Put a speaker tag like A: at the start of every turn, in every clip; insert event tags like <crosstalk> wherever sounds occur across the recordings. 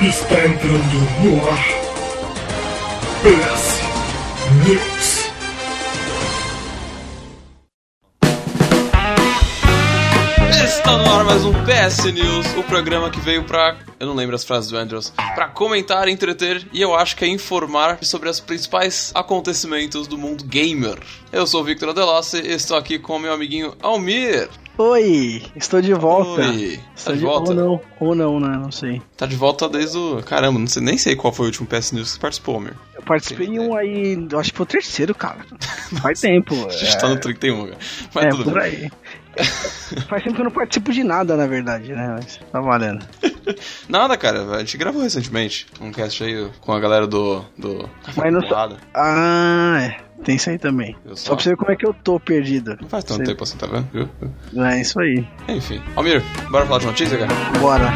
A: Está entrando no ar. PS News.
B: Está no ar mais um PS News, o programa que veio pra. Eu não lembro as frases do Andrews. Pra comentar, entreter e eu acho que é informar sobre os principais acontecimentos do mundo gamer. Eu sou o Victor Adelassi e estou aqui com meu amiguinho Almir.
C: Oi, estou de volta.
B: Oi, tá
C: Estou
B: de volta?
C: Ou não, ou não, né? Não sei.
B: Tá de volta desde o. Caramba, não sei, nem sei qual foi o último PS News que você participou, Almir.
C: Eu participei em um aí, eu acho que foi o terceiro, cara.
B: <laughs>
C: Faz tempo.
B: A gente tá no 31, cara. Mas
C: é,
B: tudo
C: por
B: bem. <laughs>
C: aí. Faz tempo que eu não participo de nada, na verdade, né? Mas tá valendo.
B: Nada, cara, a gente gravou recentemente um cast aí com a galera do. do...
C: Mas não sou-
B: Porrada.
C: Ah, é. Tem isso aí também.
B: Eu só-
C: Só pra você ver como é que eu tô perdido.
B: Não faz tanto
C: Você-
B: tempo assim, tá vendo? Viu?
C: É isso aí.
B: Enfim. Almir, bora falar de notícia, cara?
C: Bora.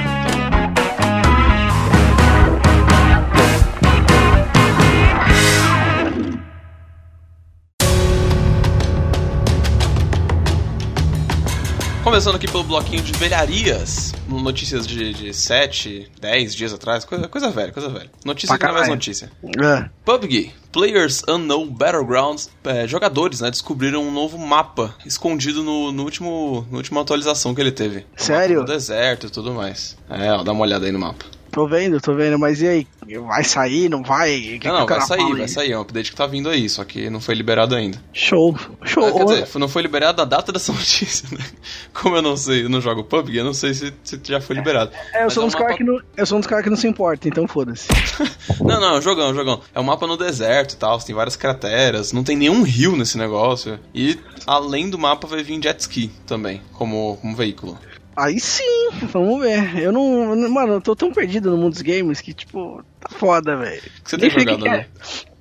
B: Começando aqui pelo bloquinho de velharias. Notícias de, de 7, 10 dias atrás. Coisa, coisa velha, coisa velha. Notícia
C: Pra
B: que não é mais
C: caralho.
B: notícia.
C: Ah,
B: PUBG. Players Unknown Battlegrounds. é, jogadores, né? Descobriram um novo mapa escondido no, no último, na última atualização que ele teve.
C: sério?
B: No deserto e tudo mais. É, ó, dá uma olhada aí no mapa.
C: Tô vendo, tô vendo, mas e aí? Vai sair, não vai? O que
B: não,
C: que
B: não,
C: o cara
B: vai sair,
C: fala
B: vai
C: aí?
B: sair. É um update que tá vindo aí, só que não foi liberado ainda.
C: Show. Show.
B: Ah, Quer dizer, não foi liberada a data dessa <laughs> notícia, né? Como eu não sei, eu não jogo PUBG, eu não sei se, se já foi liberado.
C: É, eu
B: Mas
C: sou, um dos
B: mapa-
C: cara que não, eu sou um dos caras que não se importa, então foda-se.
B: <laughs> Não, não, é um jogão, é um jogão. É um mapa no deserto e tal, tem várias crateras, não tem nenhum rio nesse negócio. E além do mapa vai vir jet ski também, como, como veículo.
C: Aí sim, vamos ver. Eu não. eu não- Mano, eu tô tão perdido no mundo dos games que, tipo, tá foda, velho.
B: O que você tem
C: Nem sei o
B: jogado,
C: que que
B: né?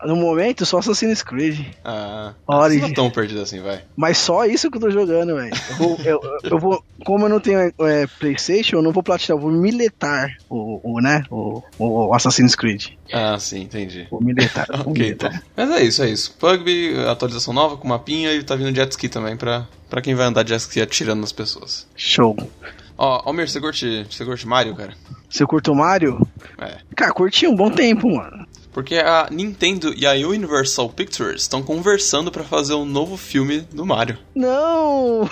C: é. No momento, só Assassin's Creed.
B: Ah,
C: Origin.
B: você não é tão perdido assim, vai.
C: Mas só isso que eu tô jogando, velho. Eu, vou- eu- eu vou. Como eu não tenho é, PlayStation, eu não vou platinar, eu vou militar o, o né? O, o Assassin's Creed.
B: Ah, sim, entendi.
C: Vou militar. vou
B: <laughs> Ok, então.
C: militar.
B: Mas é isso, é isso. PUBG, atualização nova com mapinha e tá vindo jet ski também pra, pra quem vai andar de jet ski atirando nas pessoas.
C: Show.
B: Ó, Almir, você curte, você curte Mario, cara?
C: Se eu curto o Mario.
B: É.
C: Cara, curti um bom tempo, mano.
B: Porque a Nintendo e a Universal Pictures estão conversando pra fazer um novo filme
C: <laughs>
B: do Mario.
C: Não!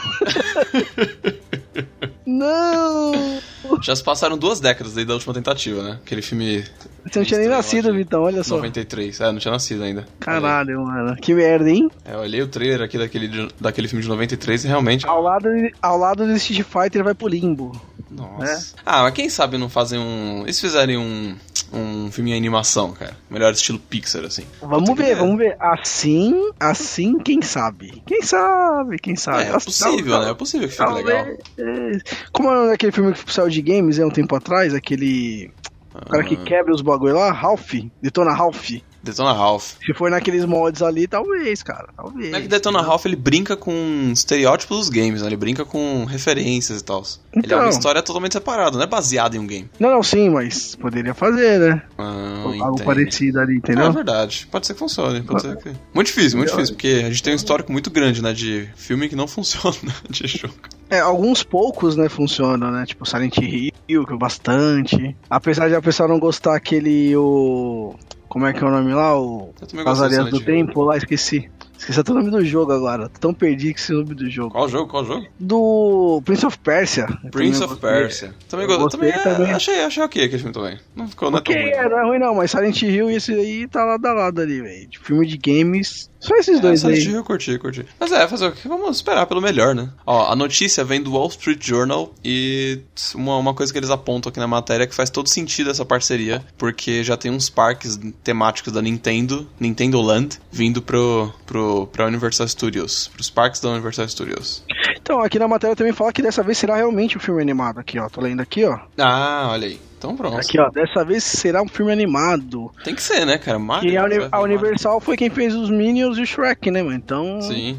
C: não!
B: Já se passaram duas décadas aí da última tentativa, né? Aquele filme.
C: Você não tinha nem
B: estranho,
C: nascido,
B: acho,
C: Vitão, olha só.
B: 93. Ah, não tinha nascido ainda.
C: Caralho, mano. Que merda, hein?
B: Olhei- Eu olhei o trailer aqui daquele, de- daquele filme de 93 e realmente.
C: Ao lado, ao lado do Street Fighter vai pro limbo.
B: Nossa.
C: é?
B: Ah, mas quem sabe não fazem um. E se fizerem um. Um filme em animação, cara? Melhor estilo Pixar, assim.
C: Vamos
B: Puta que
C: ver,
B: merda.
C: vamos ver. Assim, assim, quem sabe? Quem sabe, quem sabe?
B: É, é
C: Ah, Nossa, um
B: possível,
C: tal-
B: né? É possível que fique
C: tal-
B: legal.
C: talvez- Como é aquele filme que saiu de games é um tempo atrás, aquele. O cara que
B: Ah,
C: quebra os bagulho lá, Ralph, Detona Ralph.
B: Detona Ralph.
C: Se for naqueles mods ali, talvez, cara. Talvez.
B: Não é que Detona
C: né?
B: Ralph ele brinca com estereótipos dos games, né? Ele brinca com referências e tal. Ele é uma
C: Então.
B: história totalmente separada, não é baseada em um game.
C: Não, não, sim, mas poderia fazer, né?
B: Ah,
C: Algo
B: entendo.
C: parecido né? ali,
B: Ah, é
C: entendeu?
B: verdade. Pode ser que funcione. Pode ser que... Muito difícil, muito difícil, porque a gente tem um histórico muito grande, né? De filme que não <laughs> funciona de jogo.
C: É, alguns poucos, né, funcionam, né? Tipo Silent Hill, que eu bastante. Apesar de a pessoa não gostar aquele o como é que é o nome lá, o
B: Eu também
C: As
B: gosto
C: Areias do
B: desse, né, de-
C: Tempo, lá esqueci. Esqueci até o nome do jogo agora. Tô tão perdido que esse nome do jogo.
B: Qual jogo? Qual jogo?
C: Do Prince of Persia. Eu também
B: Prince of
C: gostei.
B: Persia. Também
C: Eu
B: gosto. Também,
C: gostei também.
B: é, achei, achei ok aquele filme também. Não ficou, não é
C: Ok,
B: tão ruim.
C: é, não é ruim não, mas Silent Hill e esse aí tá lado a lado ali, velho. De filme de games, só esses dois
B: Essa
C: aí.
B: notícia eu curti, curti. Mas é, fazer o quê? Vamos esperar pelo melhor, né? Ó, a notícia vem do Wall Street Journal e uma, uma coisa que eles apontam aqui na matéria é que faz todo sentido essa parceria, porque já tem uns parques temáticos da Nintendo, Nintendo Land, vindo pro, pro, pra Universal Studios, pros parques da Universal Studios.
C: Então, aqui na matéria também fala que dessa vez será realmente um filme animado aqui, ó. Tô lendo aqui, ó.
B: Ah, olha aí. Então pronto.
C: Aqui, ó. Dessa vez será um filme animado.
B: Tem que ser, né, cara? Mario,
C: E a, Uni-
B: vai
C: a
B: filmar.
C: Universal foi quem fez os Minions e o Shrek, né, mano? Então,
B: Sim.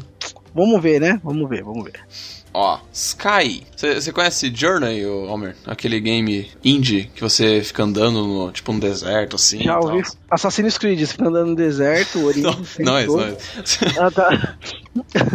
C: Vamos ver, né? Vamos ver, vamos ver.
B: Ó, Sky. Você conhece Journey, ô, Homer? Aquele game indie que você fica andando no, tipo, no deserto, assim.
C: Já
B: e tal. <laughs>
C: ouvi Assassin's Creed, você tá andando no deserto, o
B: Não,
C: Oriente.
B: não é isso, não
C: todo.
B: é isso. <laughs>
C: Ah, tá.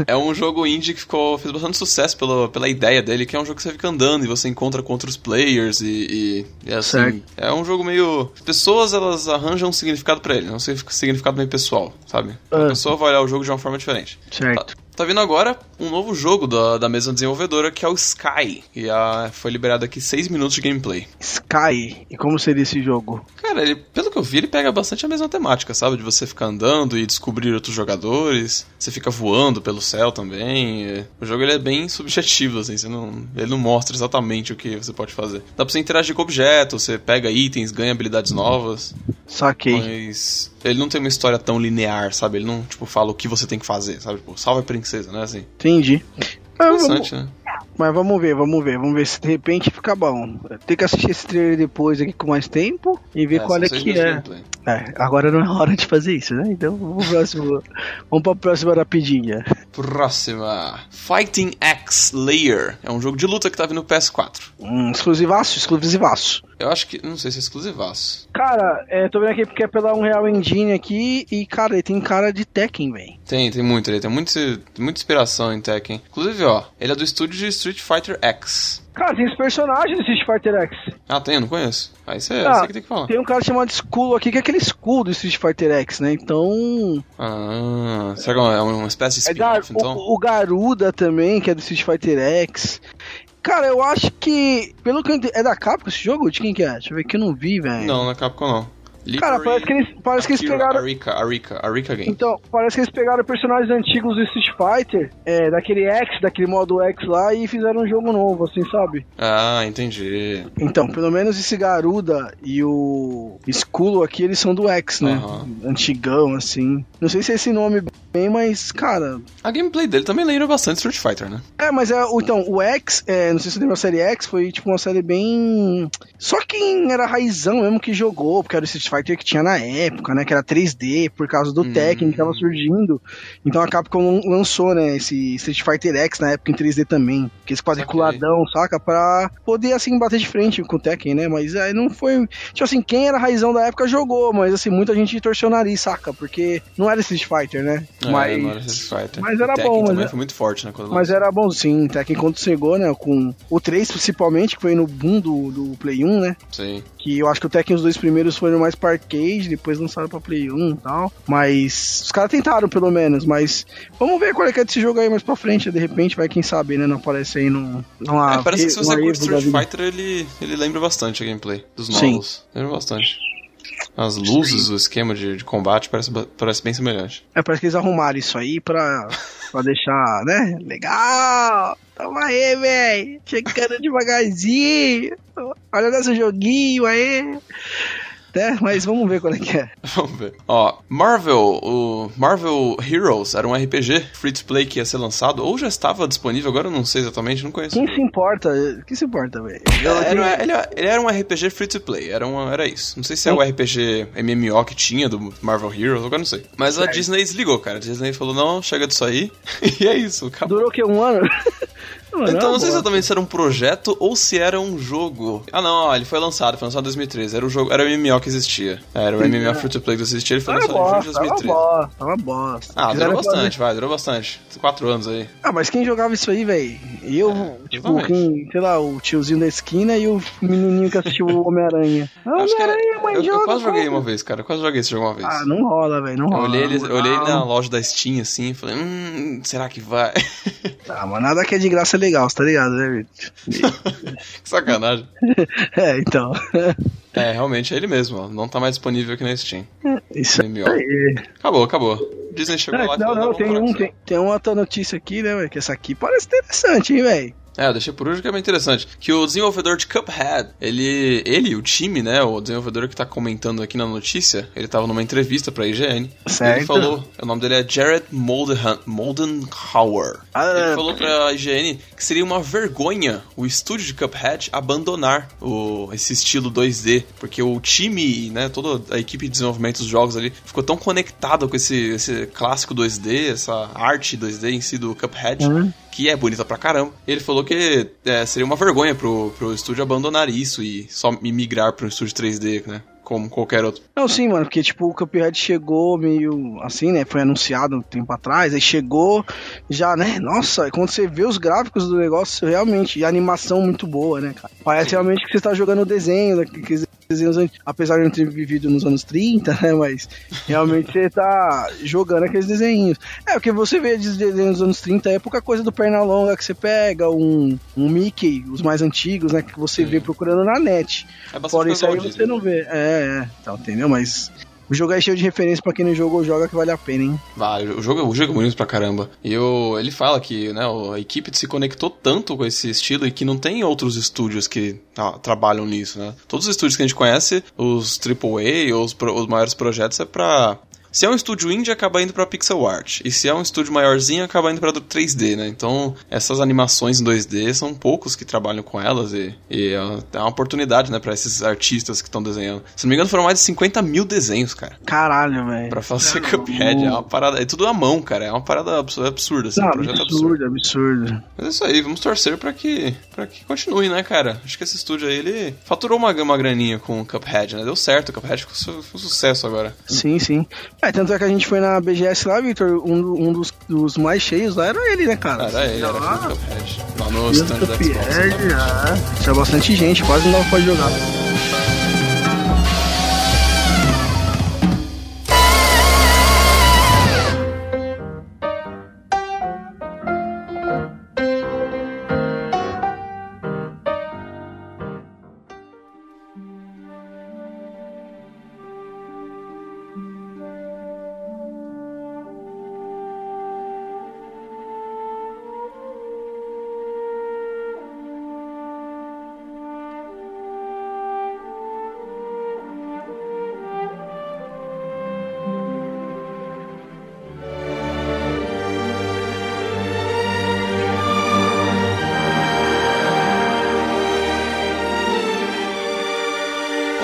B: É um jogo indie que ficou, fez bastante sucesso pelo, pela ideia dele, que é um jogo que você fica andando e você encontra com outros players e, e- e assim.
C: Certo.
B: É um jogo meio. as Pessoas elas arranjam um significado pra ele, não um signific- significado meio pessoal, sabe? A
C: Ah.
B: pessoa vai olhar o jogo de uma forma diferente.
C: Certo.
B: Tá vindo agora um novo jogo da, da mesma desenvolvedora que é o Sky. E a, foi liberado aqui 6 minutos de gameplay.
C: Sky. E como seria esse jogo?
B: Cara, ele, pelo que eu vi, ele pega bastante a mesma temática, sabe? De você ficar andando e descobrir outros jogadores. Você fica voando pelo céu também. é. O jogo ele é bem subjetivo, assim. Você não, ele não mostra exatamente o que você pode fazer. Dá pra você interagir com objetos, você pega itens, ganha habilidades novas.
C: Saquei.
B: Mas ele não tem uma história tão linear, sabe? Ele não, tipo, fala o que você tem que fazer, sabe? Tipo, salve a princesa, né? Assim,
C: Entendi. Mas vamos,
B: interessante, né?
C: mas vamos ver, vamos ver. Vamos ver se de repente fica bom. Tem que assistir esse trailer depois aqui com mais tempo e ver qual
B: são
C: é
B: seis
C: que
B: meses de
C: é.
B: gameplay.
C: É, Agora não é hora de fazer isso, né? Então vamos pro próximo. vamos pra próxima rapidinha.
B: Próxima. Fighting X Layer. É um jogo de luta que tá vindo no PS4.
C: Hum, exclusivaço, exclusivaço.
B: Eu acho que. Não sei se é exclusivaço.
C: Cara, é, tô vendo aqui porque é pela Unreal Engine aqui e, cara, ele tem cara de Tekken, velho.
B: Tem, tem muito ele, tem muito, muita inspiração em Tekken. Inclusive, ó, ele é do estúdio de Street Fighter X.
C: Cara, tem esse personagem desse Street Fighter X.
B: Ah, tem, eu não conheço. Aí você
C: Ah,
B: que tem que falar.
C: Tem um cara chamado Skull aqui, que é aquele Skull do Street Fighter X, né? Então.
B: Ah, será que é uma, é uma espécie de
C: É Gar-
B: spin-off, então?
C: o, o Garuda também, que é do Street Fighter X. Cara, eu acho que. Pelo que eu entendi. É da Capcom esse jogo? De quem que é? Deixa eu ver que eu não vi, velho.
B: Não, na Capcom não. Livery,
C: Cara, parece que eles, parece que eles
B: Akira,
C: pegaram.
B: Arika, Arika, Arika Game.
C: Então, parece que eles pegaram personagens antigos do Street Fighter, é, daquele X, daquele modo X lá, e fizeram um jogo novo, assim, sabe?
B: Ah, entendi.
C: Então, pelo menos esse Garuda e o Skulo aqui, eles são do X, né?
B: Aham.
C: Antigão, assim. Não sei se é esse nome bem, mas, cara.
B: A gameplay dele também lembra bastante Street Fighter, né?
C: É, mas é, o- então, o X, é, não sei se você lembra a série X, foi tipo uma série bem. Só quem era raizão mesmo que jogou, porque era o Street Fighter que tinha na época, né? Que era 3D, por causa do
B: Hum.
C: Tekken que tava surgindo. Então a Capcom lan- lançou, né, esse Street Fighter X na época em 3D também. Que esse quadriculadão, saca? Pra poder, assim, bater de frente com o Tekken, né? Mas aí não foi. Tipo assim, quem era raizão da época jogou, mas assim, muita gente torceu o nariz, saca? Porque não era Street Fighter, né?
B: É,
C: mas.
B: não era Street Fighter.
C: mas era
B: E Tekken
C: bom, mas
B: também
C: é-
B: foi muito forte, né? Quando
C: Mas era bom sim, até que quando chegou, né, com o 3 principalmente, que foi no boom do, do Play 1, né,
B: Sim.
C: que eu acho que o Tekken os dois primeiros foram mais pra arcade, depois lançaram pra Play 1 e tal, mas os caras tentaram pelo menos, mas vamos ver qual é que é desse jogo aí mais pra frente, de repente vai quem sabe, né, não aparece aí num... numa-
B: É, parece que se você
C: numa
B: curte
C: Evo da
B: Street
C: vida.
B: Fighter, ele, ele lembra bastante a gameplay dos
C: Sim.
B: novos. Lembra bastante. As luzes, o esquema de, de combate parece, ba- parece bem semelhante. <laughs>
C: É, parece que eles arrumaram isso aí pra, pra deixar, né, legal... Toma aí, véi! Chegando devagarzinho! Olha nosso joguinho aí! Até, mas vamos ver qual é que é.
B: Vamos ver. Ó, Marvel, o Marvel Heroes era um RPG free to play que ia ser lançado, ou já estava disponível, agora eu não sei exatamente, não conheço.
C: Quem se importa? Quem se importa, velho?
B: Era, ele, ele era um RPG free to play, era, uma, era isso. Não sei se é o RPG MMO que tinha do Marvel Heroes, agora não sei. Mas
C: É.
B: a Disney desligou, cara. A Disney falou: não, chega disso aí. <laughs> e é isso, acabou.
C: Durou o quê? Um ano? <laughs> Mano,
B: Então, não
C: é
B: sei
C: uma boa.
B: exatamente se era um projeto ou se era um jogo. Ah, não, ó, ele foi lançado, foi lançado em 2013. Era o jogo, era o MMO que existia. Era o MMO Free to Play que existia, ele foi
C: Tá uma
B: lançado em junho
C: bosta, tá uma
B: de 2013.
C: bosta, tá uma bosta.
B: Ah,
C: Quiseram
B: durou
C: fazer-
B: bastante, vai, durou bastante. Quatro anos aí.
C: Ah, mas quem jogava isso aí, velho? Eu,
B: É,
C: tipo,
B: exatamente.
C: quem, sei lá, o tiozinho da esquina e o menininho que assistiu o Homem-Aranha. Ah,
B: Acho que era-
C: Homem-Aranha, mãe,
B: eu,
C: joga.
B: eu quase joguei
C: cara.
B: uma vez, cara. Eu quase joguei esse jogo uma vez.
C: Ah, não rola, velho, não
B: Eu
C: rola.
B: olhei, ele, eu olhei ele na
C: não.
B: loja da Steam assim e falei, hum, será que vai? <laughs>
C: Ah, mas nada que é de graça é legal, você tá ligado, né, Vitor? <laughs>
B: que sacanagem.
C: É, então. <laughs>
B: É, realmente é ele mesmo, ó. Não tá mais disponível aqui na Steam.
C: Isso
B: MMO.
C: aí.
B: Acabou, acabou. Disney chegou lá e
C: não,
B: falou,
C: É, não,
B: vamos
C: tem
B: parar com
C: um,
B: isso.
C: tem, tem uma outra notícia aqui, né, velho? Que essa aqui parece interessante, hein, velho?
B: É, eu deixei por último que é bem interessante. Que o desenvolvedor de Cuphead, ele, ele, o time, né, o desenvolvedor que tá comentando aqui na notícia, ele tava numa entrevista pra IGN.
C: Certo.
B: Ele falou, o nome dele é Jared Moldenhan- Moldenhauer.
C: Ah,
B: ele falou pra IGN que seria uma vergonha o estúdio de Cuphead abandonar o, esse estilo 2D, porque o time, né, toda a equipe de desenvolvimento dos jogos ali ficou tão conectado com esse, esse clássico 2D, essa arte 2D em si do Cuphead,
C: Uhum.
B: que é bonita pra caramba. Ele falou que é, seria uma vergonha pro, pro estúdio abandonar isso e só me migrar pro estúdio 3D, né, como qualquer outro.
C: Não, sim, mano, porque tipo, o Cuphead chegou meio assim, né? Foi anunciado um tempo atrás, aí chegou já, né? Nossa, quando você vê os gráficos do negócio, realmente, e a animação muito boa, né, cara? Parece realmente que você tá jogando o desenho, daqueles desenhos, anti- apesar de não ter vivido nos anos 30, né? Mas realmente você tá jogando aqueles desenhos. É, porque você vê esses desenhos dos anos 30, é pouca coisa do Pernalonga que você pega, um, um Mickey, os mais antigos, né? Que você vê procurando na net.
B: É bastante
C: Fora isso aí
B: coisa
C: você não vê. É, é. Então, entendeu? Mas o jogo é cheio de referência pra quem não jogou, joga que vale a pena, hein?
B: Ah, o jogo, o jogo é bonito pra caramba. E o- ele fala que né, o- a equipe se conectou tanto com esse estilo e que não tem outros estúdios que ah, trabalham nisso, né? Todos os estúdios que a gente conhece, os AAA ou os, pro- os maiores projetos, é pra... Se é um estúdio indie, acaba indo pra pixel art. E se é um estúdio maiorzinho, acaba indo pra do 3D, né? Então, essas animações em 2D são poucos que trabalham com elas e, e é uma- é uma oportunidade, né, pra esses artistas que estão desenhando. Se não me engano, foram mais de 50 mil desenhos, cara.
C: Caralho, velho.
B: Pra fazer <laughs> Cuphead é uma parada. É tudo à mão, cara. É uma parada abs- absurda, assim.
C: Não,
B: um projeto
C: absurdo,
B: absurdo.
C: absurdo.
B: Mas é isso aí, vamos torcer pra que, pra que continue, né, cara? Acho que esse estúdio aí, ele faturou uma, uma graninha com o Cuphead, né? Deu certo, o Cuphead ficou su- foi um sucesso agora.
C: Sim, sim. É, tanto é que a gente foi na BGS lá, Victor, um, do- um dos, dos mais cheios lá era ele, né, cara?
B: Cara, é ele era
C: Lá,
B: filho do Cuphead. Lá no
C: Deus
B: stand
C: do
B: da Xbox. né?
C: Pierre,
B: exatamente.
C: ah, Tinha bastante gente, quase não dava pra jogar.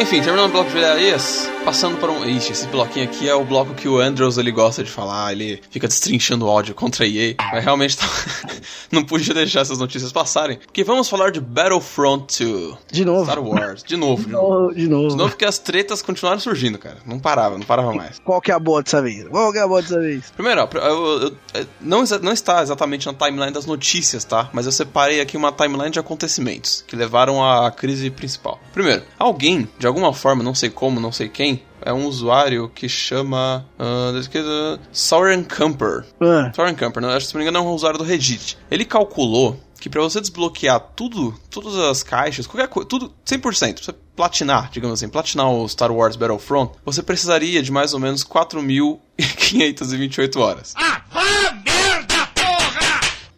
B: Enfim, terminando o bloco de velharias, passando para um. Ixi, esse bloquinho aqui é o bloco que o Andrews ele gosta de falar, ele fica destrinchando o áudio contra a EA, mas realmente tá- <laughs> não podia deixar essas notícias passarem, porque vamos falar de Battlefront 2,
C: De novo.
B: Star Wars, de novo, de
C: De
B: novo.
C: novo, de
B: De
C: novo.
B: novo porque as tretas continuaram surgindo, cara, não parava, não parava mais.
C: Qual que é a boa dessa vez? Qual que é a boa dessa vez?
B: Primeiro, ó, eu- eu- eu- não, exa- não está exatamente na timeline das notícias, tá? Mas eu separei aqui uma timeline de acontecimentos que levaram à crise principal. Primeiro, alguém, de alguma forma, não sei como, não sei quem, é um usuário que chama. ah, deixa eu- Sauron Camper.
C: Ah,
B: Thorin Camper, né? acho que se não me engano é um usuário do Reddit. Ele calculou que pra você desbloquear tudo, todas as caixas, qualquer coisa, tudo 100%, pra você platinar, digamos assim, platinar o Star Wars Battlefront, você precisaria de mais ou menos 4.528 horas.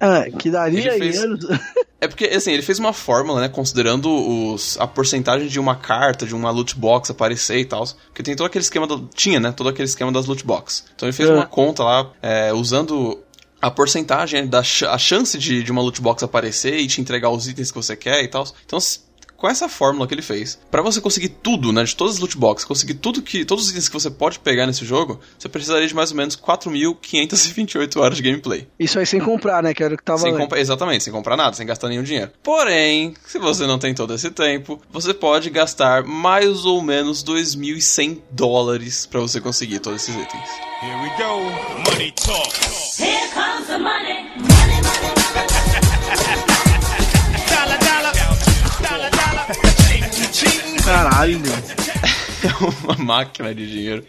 C: ah, que daria
B: Ele fez-
C: em anos. <laughs>
B: É porque, assim, ele fez uma fórmula, né? Considerando os, a porcentagem de uma carta, de uma loot box aparecer e tal. Porque tem todo aquele esquema. do- tinha, né? Todo aquele esquema das loot box. Então ele fez
C: É.
B: uma conta lá, é, usando a porcentagem né, da ch- a chance de, de uma loot box aparecer e te entregar os itens que você quer e tal. Então, s- com essa fórmula que ele fez, pra você conseguir tudo, né, de todas as loot boxes, conseguir tudo que todos os itens que você pode pegar nesse jogo, você precisaria de mais ou menos 4.528 horas de gameplay.
C: Isso aí sem comprar, né? Que era o que tava.
B: Sem
C: lá.
B: compra- exatamente, sem comprar nada, sem gastar nenhum dinheiro. Porém, se você não tem todo esse tempo, você pode gastar mais ou menos 2.100 dólares pra você conseguir todos esses itens. <laughs>
D: Here we go. Money talk.
E: Here comes the money.
D: Dollar, dollar. Dollar, dollar. Cheating, cheating.
C: Caralho, meu.
B: É uma máquina
C: <laughs>
B: de dinheiro.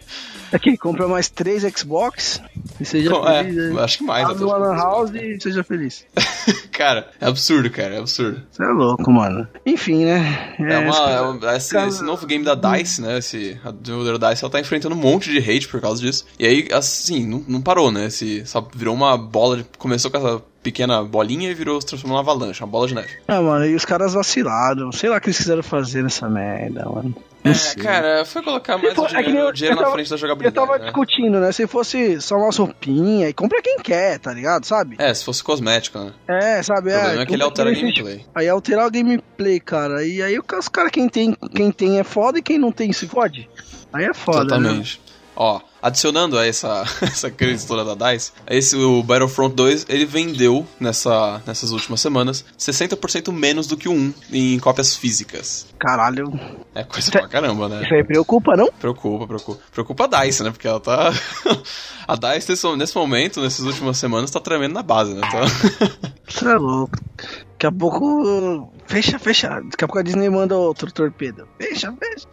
C: É que compra mais três Xbox e seja
B: Bom, é,
C: feliz. né?
B: acho que mais.
C: Abre
B: até.
C: o Alan House e seja feliz.
B: <laughs> cara, é absurdo, cara, é absurdo.
C: Você é louco, mano. Enfim, né?
B: É uma,
C: esse-
B: é um- esse,
C: cara- hum.
B: esse novo game da DICE, né? Esse, a desenvolvedora DICE, ela tá enfrentando um monte de hate por causa disso. E aí, assim, não, não parou, né? Esse, só virou uma bola, de- começou com essa pequena bolinha e virou, se transformou numa avalanche, uma bola de neve.
C: Ah, mano, e os caras vacilaram. Sei lá o que eles quiseram fazer nessa merda, mano. Não
B: É,
C: sei.
B: cara, foi colocar mais
C: Tipo,
B: o
C: é que nem
B: dinheiro,
C: eu-
B: o
C: eu
B: dinheiro na
C: tava-
B: frente da
C: Eu
B: jogabilidade.
C: tava
B: né?
C: discutindo, né? Se fosse só uma roupinha e compra quem quer, tá ligado? Sabe?
B: É, se fosse cosmético, né?
C: É, sabe?
B: O problema é que
C: compra
B: ele altera a
C: quem existe.
B: gameplay.
C: Aí alterar o gameplay, cara. E aí os caras, quem tem, quem tem é foda e quem não tem se fode. Aí é foda. Né?
B: Exatamente. Ó, adicionando a essa, <laughs> essa crise toda da DICE, esse, o Battlefront 2, ele vendeu, nessa, nessas últimas semanas, 60% menos do que o 1 em cópias físicas.
C: Caralho.
B: É coisa pra caramba, né?
C: Isso é- aí preocupa, não?
B: Preocupa, preocupa. Preocupa a DICE, né? Porque ela tá... <laughs> A DICE, nesse- nesse momento, nessas últimas semanas, tá tremendo na base, né? Tá-
C: Você é louco. Daqui a pouco. Fecha, fecha. Daqui a pouco a Disney manda outro torpedo. Fecha, fecha.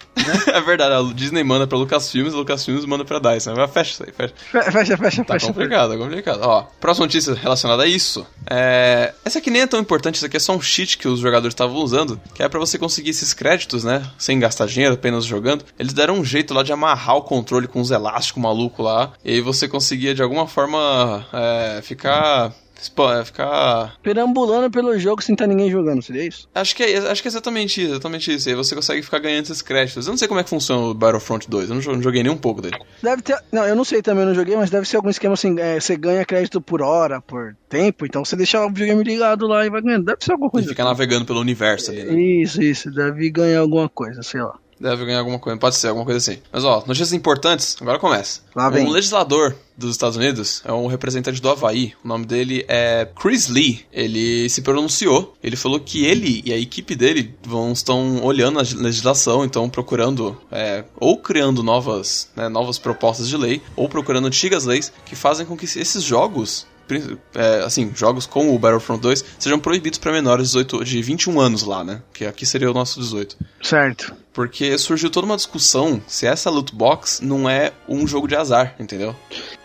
B: é verdade, a Disney manda pra Lucasfilmes, a Lucasfilmes manda pra DICE, né? Mas fecha isso aí, fecha.
C: Fe- Fecha, fecha,
B: Tá
C: fecha.
B: complicado, tá complicado. Ó, próxima notícia relacionada a isso. É... Essa aqui nem é tão importante, isso aqui é só um cheat que os jogadores estavam usando, que é pra você conseguir esses créditos, né? Sem gastar dinheiro, apenas jogando. Eles deram um jeito lá de amarrar o controle com uns elásticos maluco lá, e aí você conseguia de alguma forma é, ficar. spa- é, Ficar.
C: Perambulando pelo jogo sem tá ninguém jogando, seria isso?
B: Acho que, é, acho que é exatamente isso, exatamente isso. E aí você consegue ficar ganhando esses créditos. Eu não sei como é que funciona o Battlefront 2, eu não jo- não joguei nem um pouco dele.
C: Deve ter. Não, eu não sei também, eu não joguei, mas deve ser algum esquema assim. é, você ganha crédito por hora, por tempo, então você deixa o videogame ligado lá e vai ganhando. Deve ser alguma
B: E
C: coisa. assim.
B: ficar navegando pelo universo ali, né?
C: Isso, isso, deve ganhar alguma coisa, sei lá.
B: Deve ganhar alguma coisa, pode ser, alguma coisa assim. Mas ó, notícias importantes, agora começa.
C: Lá vem.
B: Um legislador dos Estados Unidos é um representante do Havaí. O nome dele é Chris Lee. Ele se pronunciou, ele falou que ele e a equipe dele vão, estão olhando a legislação, então procurando é, ou criando novas, né, novas propostas de lei, ou procurando antigas leis que fazem com que esses jogos prin- é, assim, jogos com o Battlefront 2 sejam proibidos para menores de, 18 de 21 anos lá, né? Que aqui seria o nosso 18.
C: Certo.
B: Porque surgiu toda uma discussão se essa loot box não é um jogo de azar, entendeu?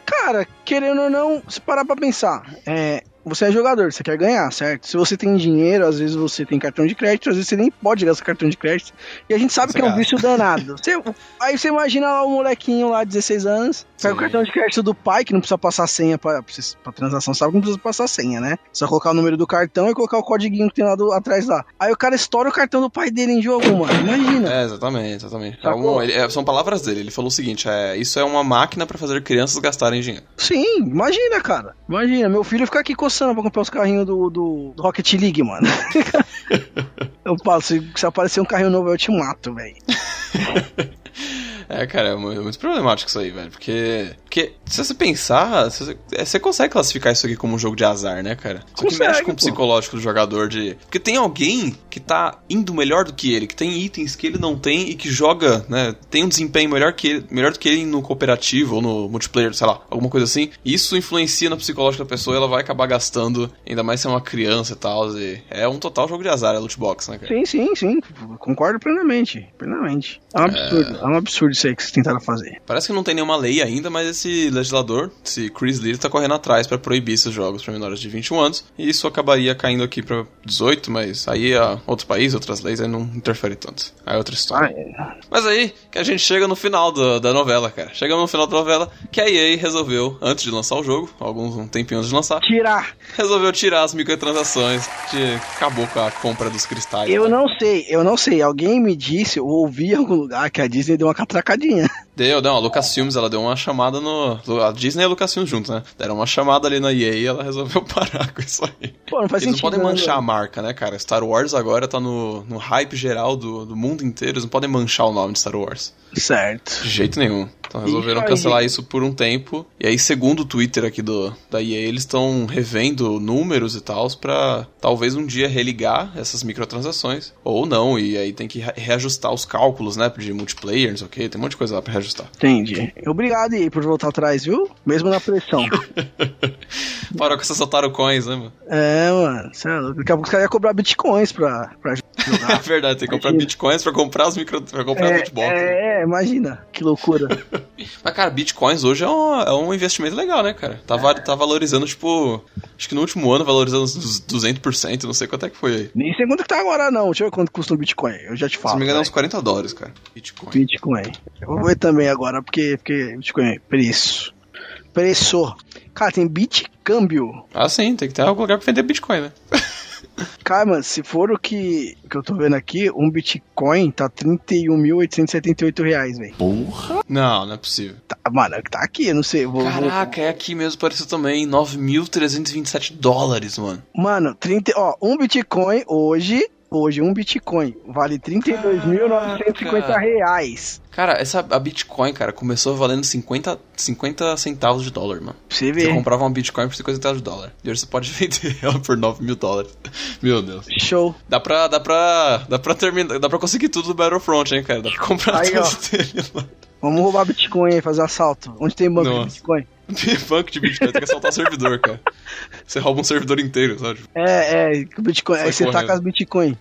C: Cara, querendo ou não, se parar pra pensar, é, você é jogador, você quer ganhar, certo? Se você tem dinheiro, às vezes você tem cartão de crédito, às vezes você nem pode gastar cartão de crédito. E a gente sabe
B: Você
C: que é um
B: gasta.
C: vício danado. Você- aí você imagina lá o molequinho lá, 16 anos, pega
B: Sim.
C: o cartão de crédito do pai, que não precisa passar senha pra, pra vocês- pra transação, sabe que não precisa passar senha, né? Só colocar o número do cartão e colocar o codiguinho que tem lá do- atrás lá. Aí o cara estoura o cartão do pai dele em jogo, mano. Imagina.
B: É, exatamente, exatamente. É
C: Sacou?
B: um- ele- é, são palavras dele. Ele falou o seguinte: é, isso é uma máquina pra fazer crianças gastarem dinheiro.
C: Sim, imagina, cara. Imagina, meu filho ficar aqui coçando pra comprar os carrinhos do, do, do Rocket League, mano. <laughs> eu falo, se, se aparecer um carrinho novo, eu te mato, velho.
B: É, cara, é mu- é muito problemático isso aí, velho. Porque, porque se você pensar, se você, é, você consegue classificar isso aqui como um jogo de azar, né, cara? Só que
C: Consegue,
B: mexe com o
C: pô.
B: psicológico do jogador de. Porque tem alguém que tá indo melhor do que ele, que tem itens que ele não tem e que joga, né? Tem um desempenho melhor, que ele, melhor do que ele no cooperativo ou no multiplayer, sei lá, alguma coisa assim. E Isso influencia no psicológico da pessoa e ela vai acabar gastando, ainda mais se é uma criança e tal. e é um total jogo de azar, é loot box, né, cara?
C: Sim, sim, sim. Concordo plenamente. Plenamente. É um absurdo. É, um absurdo isso aí que vocês tentaram fazer.
B: Parece que não tem nenhuma lei ainda, mas esse legislador, esse Chris Lee, tá correndo atrás pra proibir esses jogos para menores de 21 anos. E isso acabaria caindo aqui pra 18, mas aí a outro país, outras leis, aí não interfere tanto. Aí é outra
C: Ah,
B: história.
C: é.
B: Mas aí que a gente chega no final do- da novela, cara. Chegamos no final da novela que a EA resolveu, antes de lançar o jogo, alguns um tempinho antes de lançar,
C: Tirar.
B: resolveu tirar as microtransações, que acabou com a compra dos cristais.
C: Eu
B: né?
C: não sei, eu não sei. Alguém me disse, ou ouvi em algum lugar, que a Disney deu uma catracadinha. <laughs>
B: Deu, não, a Lucasfilmes, ela deu uma chamada no... A Disney e a Lucasfilmes juntos, né? Deram uma chamada ali na EA e ela resolveu <laughs> parar com isso aí.
C: Pô, não faz
B: Eles não
C: sentido.
B: podem
C: né,
B: manchar a
C: mano?
B: marca, né, cara? Star Wars agora tá no, no hype geral do, do mundo inteiro, eles não podem manchar o nome de Star Wars.
C: Certo.
B: De jeito nenhum. Então resolveram
C: Isso aí.
B: cancelar isso por um tempo. E aí, segundo o Twitter aqui do, da EA, eles estão revendo números e tal pra talvez um dia religar essas microtransações. Ou não, e aí tem que re- reajustar os cálculos, né? De multiplayer, não sei o quê, tem um monte de coisa lá pra reajustar.
C: Entendi. Obrigado aí por voltar atrás, viu? Mesmo na pressão.
B: Parou com essas Otaru Coins, né, mano? <laughs>
C: É, mano, cê é louco. Daqui a pouco os caras iam cobrar bitcoins pra, pra
B: É
C: jogar.
B: verdade, tem que comprar bitcoins pra comprar os micro. pra comprar as lootbox. né?
C: é, é, imagina, que loucura.
B: Mas, cara, bitcoins hoje é um, é um investimento legal, né, cara? Tá, va- tá valorizando, tipo. Acho que no último ano valorizando uns 200%, não sei quanto é que foi aí.
C: <laughs> Nem sei quanto que tá agora, não. Deixa eu ver quanto custa um bitcoin. Eu já te
B: Se
C: falo.
B: não me engano, é
C: né?
B: uns 40 dólares, cara. Bitcoin.
C: Bitcoin. Eu vou ver também agora, porque, porque Bitcoin é preço. Preço. Cara, tem Bit. câmbio.
B: Ah, sim, tem que ter algum lugar pra vender Bitcoin, né?
C: Cara, mano, se for o que, que eu tô vendo aqui, um Bitcoin tá 31.878 reais, velho.
B: Não, não é possível.
C: Tá, mano, tá aqui, eu não sei. eu Vou, vou-
B: Caraca, é aqui mesmo, pareceu também. 9.327 dólares, mano.
C: Mano, 30, ó, um Bitcoin hoje, hoje um Bitcoin vale 32.950
B: Caraca.
C: reais.
B: Cara, essa a Bitcoin, cara, começou valendo 50, 50 centavos de dólar, mano.
C: Pra você
B: Você
C: ver.
B: comprava um Bitcoin por 50 centavos de dólar. E hoje você pode <laughs> vender ela por 9 mil dólares. Meu Deus.
C: Show.
B: Dá pra, dá pra, dá pra terminar, dá pra conseguir tudo do Battlefront, hein, cara. Dá pra comprar
C: Aí,
B: tudo
C: ó.
B: dele lá. <laughs>
C: Vamos roubar Bitcoin aí, fazer um assalto. Onde tem banco
B: Nossa.
C: de Bitcoin?
B: Banco de Bitcoin, tem que assaltar servidor, cara. Você rouba um servidor inteiro, sabe?
C: É, é, Bitcoin. Aí
B: Sai
C: você
B: correndo.
C: taca as Bitcoin.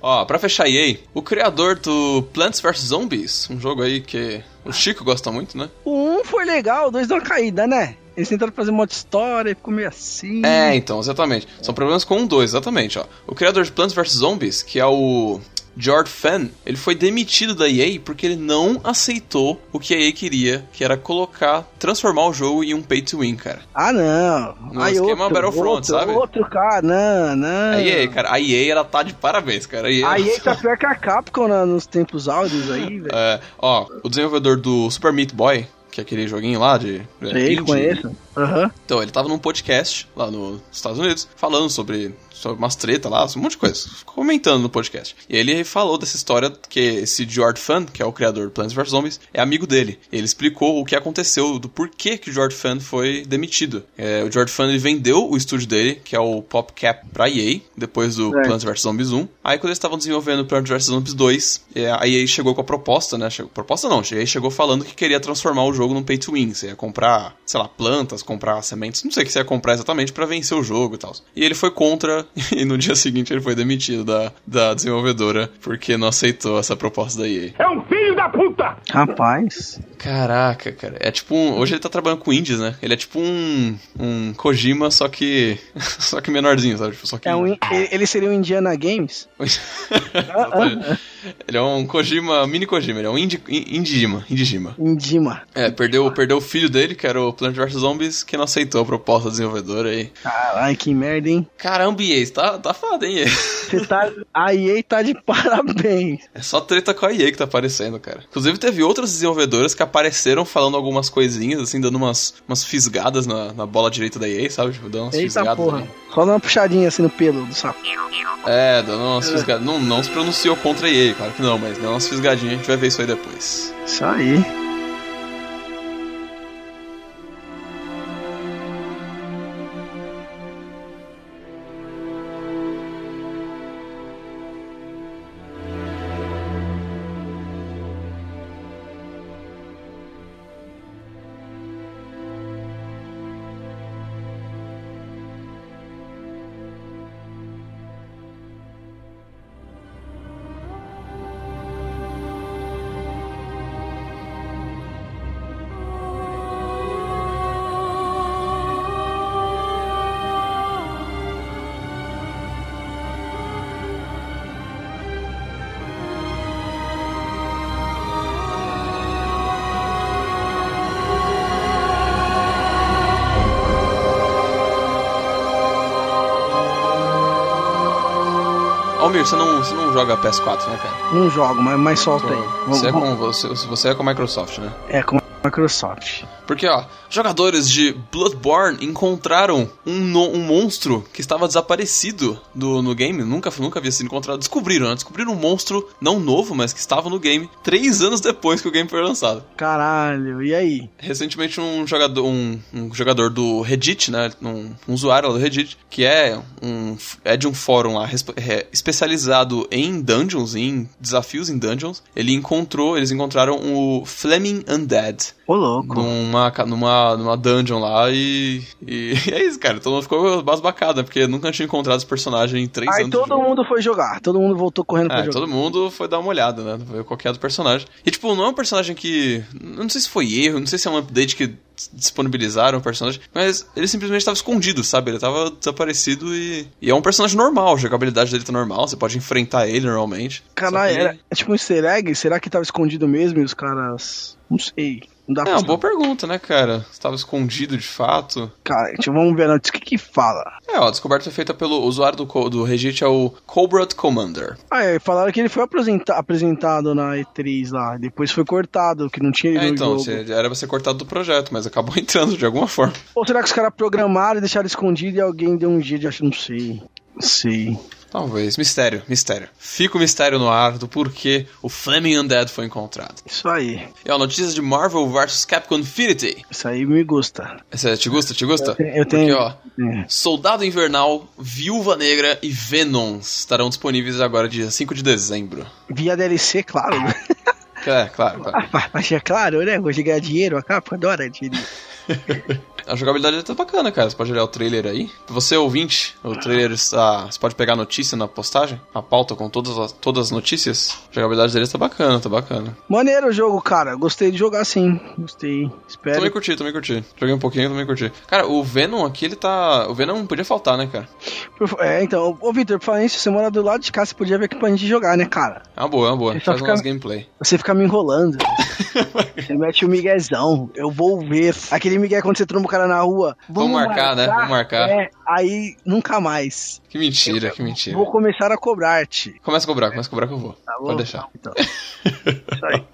B: Ó, pra fechar a EA, o criador do Plants vs Zombies, um jogo aí que o Chico gosta muito, né?
C: O 1 foi legal, o 2 deu uma caída, né? Eles tentaram fazer modo história, ficou meio assim.
B: É, então, exatamente. São problemas com um dois, exatamente, ó. O criador de Plants vs Zombies, que é o George Fan, ele foi demitido da EA porque ele não aceitou o que a EA queria, que era colocar, transformar o jogo em um pay to win, cara.
C: Ah, não.
B: No
C: aí
B: esquema
C: outro,
B: é Battlefront,
C: outro,
B: sabe?
C: Outro cara, não, não.
B: A EA, cara, a EA ela tá de parabéns, cara. A EA,
C: Aí
B: <laughs>
C: ele tá pior que É. a Capcom na- nos tempos áureos aí, velho.
B: É, ó, o desenvolvedor do Super Meat Boy, que é aquele joguinho lá de. é,
C: Sei,
B: indie,
C: conheço. Aham.
B: Então, ele tava num podcast lá nos Estados Unidos, falando sobre, sobre umas treta lá, um monte de coisa, comentando no podcast. E ele falou dessa história que esse George Fan, que é o criador do Plants vs. Zombies, é amigo dele. Ele explicou o que aconteceu, do porquê que o George Fan foi demitido. É, o George Fan ele vendeu o estúdio dele, que é o PopCap, pra EA, depois do
C: Certo.
B: Plants vs. Zombies 1. Aí, quando eles estavam desenvolvendo o Plants vs. Zombies 2, é, a EA chegou com a proposta, né? Chegou, proposta não, a EA chegou falando que queria transformar o jogo num pay to win. Você ia comprar, sei lá, plantas, comprar sementes, não sei o que você ia comprar exatamente pra vencer o jogo e tal. E ele foi contra, <laughs> e no dia seguinte ele foi demitido da, da desenvolvedora porque não aceitou essa proposta da EA.
C: Rapaz.
B: Caraca, cara. É tipo um. Hoje ele tá trabalhando com indies, né? Ele é tipo um. Um Kojima, só que. <laughs> Só que menorzinho, sabe? Tipo, Só que.
C: É um, ele- ele seria um Indiana Games?
B: Exatamente. ele é um Kojima, mini Kojima, ele é um Indi, Indijima, Indijima.
C: Indima.
B: É, perdeu, perdeu o filho dele, que era o Plant vs Zombies, que não aceitou a proposta da desenvolvedora aí.
C: Caralho, que merda, hein?
B: Caramba, EA, tá, tá foda, hein, EA?
C: Você tá. A EA tá de parabéns.
B: É só treta com a EA que tá aparecendo, cara. Inclusive, teve outras desenvolvedoras que apareceram falando algumas coisinhas, assim, dando umas, umas fisgadas na, na bola direita da EA, sabe? Tipo, dando umas
C: Eita
B: fisgadas.
C: porra.
B: ali.
C: Só dá uma puxadinha assim no pelo do sapo.
B: É, dando umas fisgadas. Não, não se pronunciou contra a EA, claro que não, mas deu umas fisgadinhas, a gente vai ver isso aí depois.
C: Isso aí.
B: Almir, você não, você não joga PS4, né, cara?
C: Não jogo, mas, mas solta aí.
B: Você é,
C: Vamos-
B: com, você, você é com a Microsoft, né?
C: É com a Microsoft.
B: Porque, ó, jogadores de Bloodborne encontraram um, no- um monstro que estava desaparecido do, no game. Nunca, nunca havia sido encontrado. Descobriram, né? Descobriram um monstro, não novo, mas que estava no game, três anos depois que o game foi lançado.
C: Caralho, e aí?
B: Recentemente, um jogador, um, um jogador do Reddit, né? Um, um usuário lá do Reddit, que é, um, é de um fórum lá resp- é, especializado em dungeons, em desafios em dungeons. Ele encontrou, eles encontraram o Fleming Undead
C: Ô louco.
B: numa, ca- numa, numa dungeon lá e, e <laughs> é isso, cara. Todo mundo ficou basbacado, né? Porque nunca tinha encontrado esse personagem em três
C: Aí
B: anos. de
C: todo
B: jogo.
C: mundo foi jogar, todo mundo voltou <laughs> correndo pra
B: É,
C: jogar.
B: todo mundo foi dar uma olhada, né? Ver qual que é do personagem. E, tipo, não é um personagem que. eu Não sei se foi erro, não sei se é um update que disponibilizaram o personagem, mas ele simplesmente estava escondido, sabe? Ele estava desaparecido e, e é um personagem normal, a jogabilidade dele tá normal, você pode enfrentar ele normalmente. Só
C: Caralho,
B: que-
C: era é tipo um easter egg? Será que tava escondido mesmo e os caras. Não sei. Não dá
B: É
C: pra
B: uma
C: saber.
B: boa pergunta, né, cara? Estava escondido de fato.
C: Cara, deixa eu- vamos ver a notícia. O que que fala?
B: É, ó, a descoberta foi feita pelo usuário do, co- do Reddit, é o Cobra Commander.
C: Ah, é, falaram que ele foi apresenta- apresentado na E3 lá. Depois foi cortado, que não tinha ele
B: É,
C: no
B: então,
C: jogo.
B: você- era pra ser cortado do projeto, mas acabou <laughs> entrando de alguma forma.
C: Ou será que os caras programaram e deixaram escondido e alguém deu um jeito de achar? Não sei. Não sei.
B: Talvez. Mistério, mistério. Fica o mistério no ar do porquê o Flaming Undead foi encontrado.
C: Isso aí.
B: E ó, notícias de Marvel vs Capcom Infinity.
C: Isso aí me gusta.
B: Essa, é, te gusta? Te gusta?
C: Eu tenho- eu tenho-
B: Porque, ó,
C: É.
B: Soldado Invernal, Viúva Negra e Venom estarão disponíveis agora dia 5 de dezembro.
C: Via DLC, claro. <laughs>
B: É, claro, claro.
C: Mas é claro, né? Vou ganhar dinheiro, a capa adora dinheiro.
B: A jogabilidade tá bacana, cara. Você pode olhar o trailer aí. Você, ouvinte, o trailer está. Você pode pegar a notícia na postagem, a pauta com todas as, todas as notícias. A jogabilidade dele tá bacana, tá bacana.
C: Maneiro o jogo, cara. Gostei de jogar sim. Gostei.
B: Também
C: Espero.
B: curti, também curti. Joguei um pouquinho, também curti. Cara, o Venom aqui, ele tá. O Venom não podia faltar, né, cara?
C: Por- É, então, ô Vitor, por falar isso, você mora do lado de cá, você podia ver aqui pra gente jogar, né, cara?
B: É uma boa, é uma boa.
C: Ele tá
B: Faz umas
C: ficando-
B: gameplay.
C: Você fica me
B: <laughs>
C: enrolando. você mete o miguezão. Eu vou ver. Aquele migué quando você tromba o cara na rua.
B: Vamos marcar, né? Vamos marcar.
C: É, aí nunca mais.
B: Que mentira, que mentira.
C: Vou começar a cobrar-te.
B: Começa a cobrar, começa a cobrar que eu vou.
C: Tá bom?
B: Pode deixar.
C: Então. Isso aí.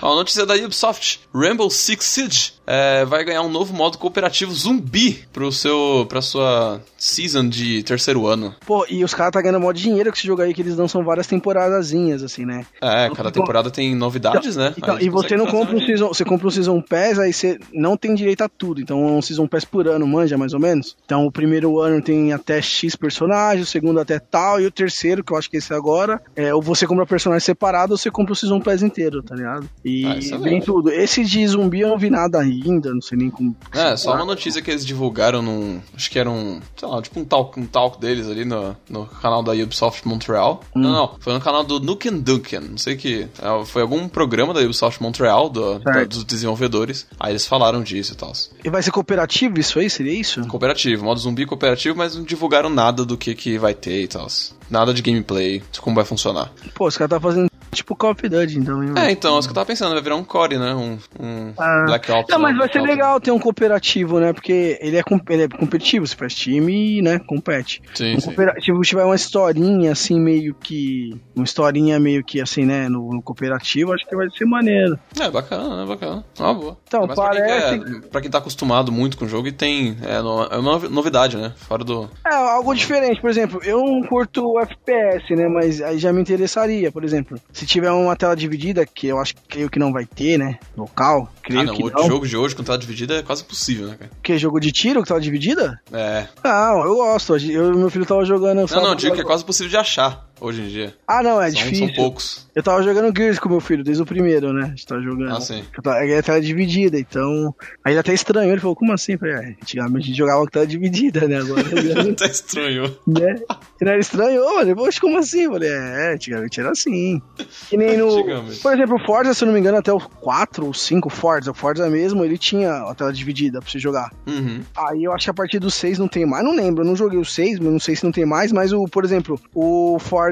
B: Ó, notícia da Ubisoft: Rainbow Six Siege é, vai ganhar um novo modo cooperativo zumbi pro seu, pra sua season de terceiro ano.
C: Pô, e os caras tá ganhando mó dinheiro com esse jogo aí, que eles lançam várias temporadazinhas, assim, né?
B: É, cada temporada tem novidades, né?
C: Então,
B: Aí
C: e você
B: consegue
C: não
B: fazer
C: compra um
B: um-
C: season, você compra um season pass, aí você não tem direito a tudo. Então é um season pass por ano, manja mais ou menos. Então o primeiro ano tem até X personagens, o segundo até tal e o terceiro, que eu acho que esse é agora, é ou você compra personagem separado ou você compra o season pass inteiro, tá ligado? E
B: Ah, isso é
C: vem
B: legal.
C: tudo. Esse de zumbi eu não vi nada ainda, não sei nem como.
B: É, só uma notícia que eles divulgaram num. Acho que era um. Sei lá, tipo um talk, um talk deles ali no, no canal da Ubisoft Montreal.
C: Hum.
B: Não, não. Foi no canal do Nukem Duncan. Não sei que. é, Foi algum programa da Ubisoft Montreal, do- da- dos desenvolvedores. Aí eles falaram disso e tal.
C: E vai ser cooperativo isso aí? Seria isso?
B: Cooperativo, modo zumbi cooperativo, mas não divulgaram nada do que, que vai ter e tal. Nada de gameplay, de como vai funcionar.
C: Pô, os caras tá fazendo tipo Call of Duty, então, hein? mano?
B: É, então, é isso que eu tava pensando, vai virar um core, né? Um, um
C: Ah.
B: Black Ops.
C: Não,
B: né?
C: mas vai
B: Black
C: ser
B: Ops.
C: legal ter um cooperativo, né? Porque ele é, com- ele é competitivo, você faz time e, né, compete.
B: Sim,
C: um
B: sim.
C: cooperativo tiver uma historinha, assim, meio que... Uma historinha meio que, assim, né, no, no cooperativo, acho que vai ser maneiro.
B: É, bacana, né? Bacana. É uma boa.
C: Então,
B: Mas pra quem
C: parece-
B: quer- pra quem tá acostumado muito com o jogo e tem. É, no- é uma novidade, né? Fora do.
C: É, algo diferente, por exemplo, eu não curto FPS, né, mas aí já me interessaria, por exemplo. Se tiver uma tela dividida, que eu acho que creio que não vai ter, né, local, creio
B: ah, não,
C: que
B: o
C: não.
B: jogo de hoje, com tela dividida, é quase impossível, né, cara?
C: Que jogo de tiro, que tela dividida?
B: É.
C: Não, eu gosto, eu, meu filho tava jogando...
B: Não, não, digo que é quase impossível de achar hoje em dia.
C: Ah, não, é
B: são,
C: difícil.
B: são poucos.
C: Eu tava jogando Gears com meu filho, desde o primeiro, né? A gente tava jogando.
B: Ah, sim. <laughs>
C: Eu tava, a tela dividida, então. Aí ele até estranhou, ele falou, como assim? Eu falei, "Ah, antigamente a gente jogava com tela dividida, né? Agora. <laughs>
B: tá estranho.
C: né? E aí ele estranhou, falei, poxa, como assim? Eu falei, é, antigamente era assim. Que nem no.
B: Digamos.
C: Por exemplo, o Forza, se eu não me engano, até o 4 ou 5 Forza, o Forza mesmo, ele tinha a tela dividida pra você jogar.
B: Uhum.
C: Aí eu acho que a partir do 6 não tem mais. Não lembro, eu não joguei o 6, mas não sei se não tem mais. Mas, o, por exemplo, o Forza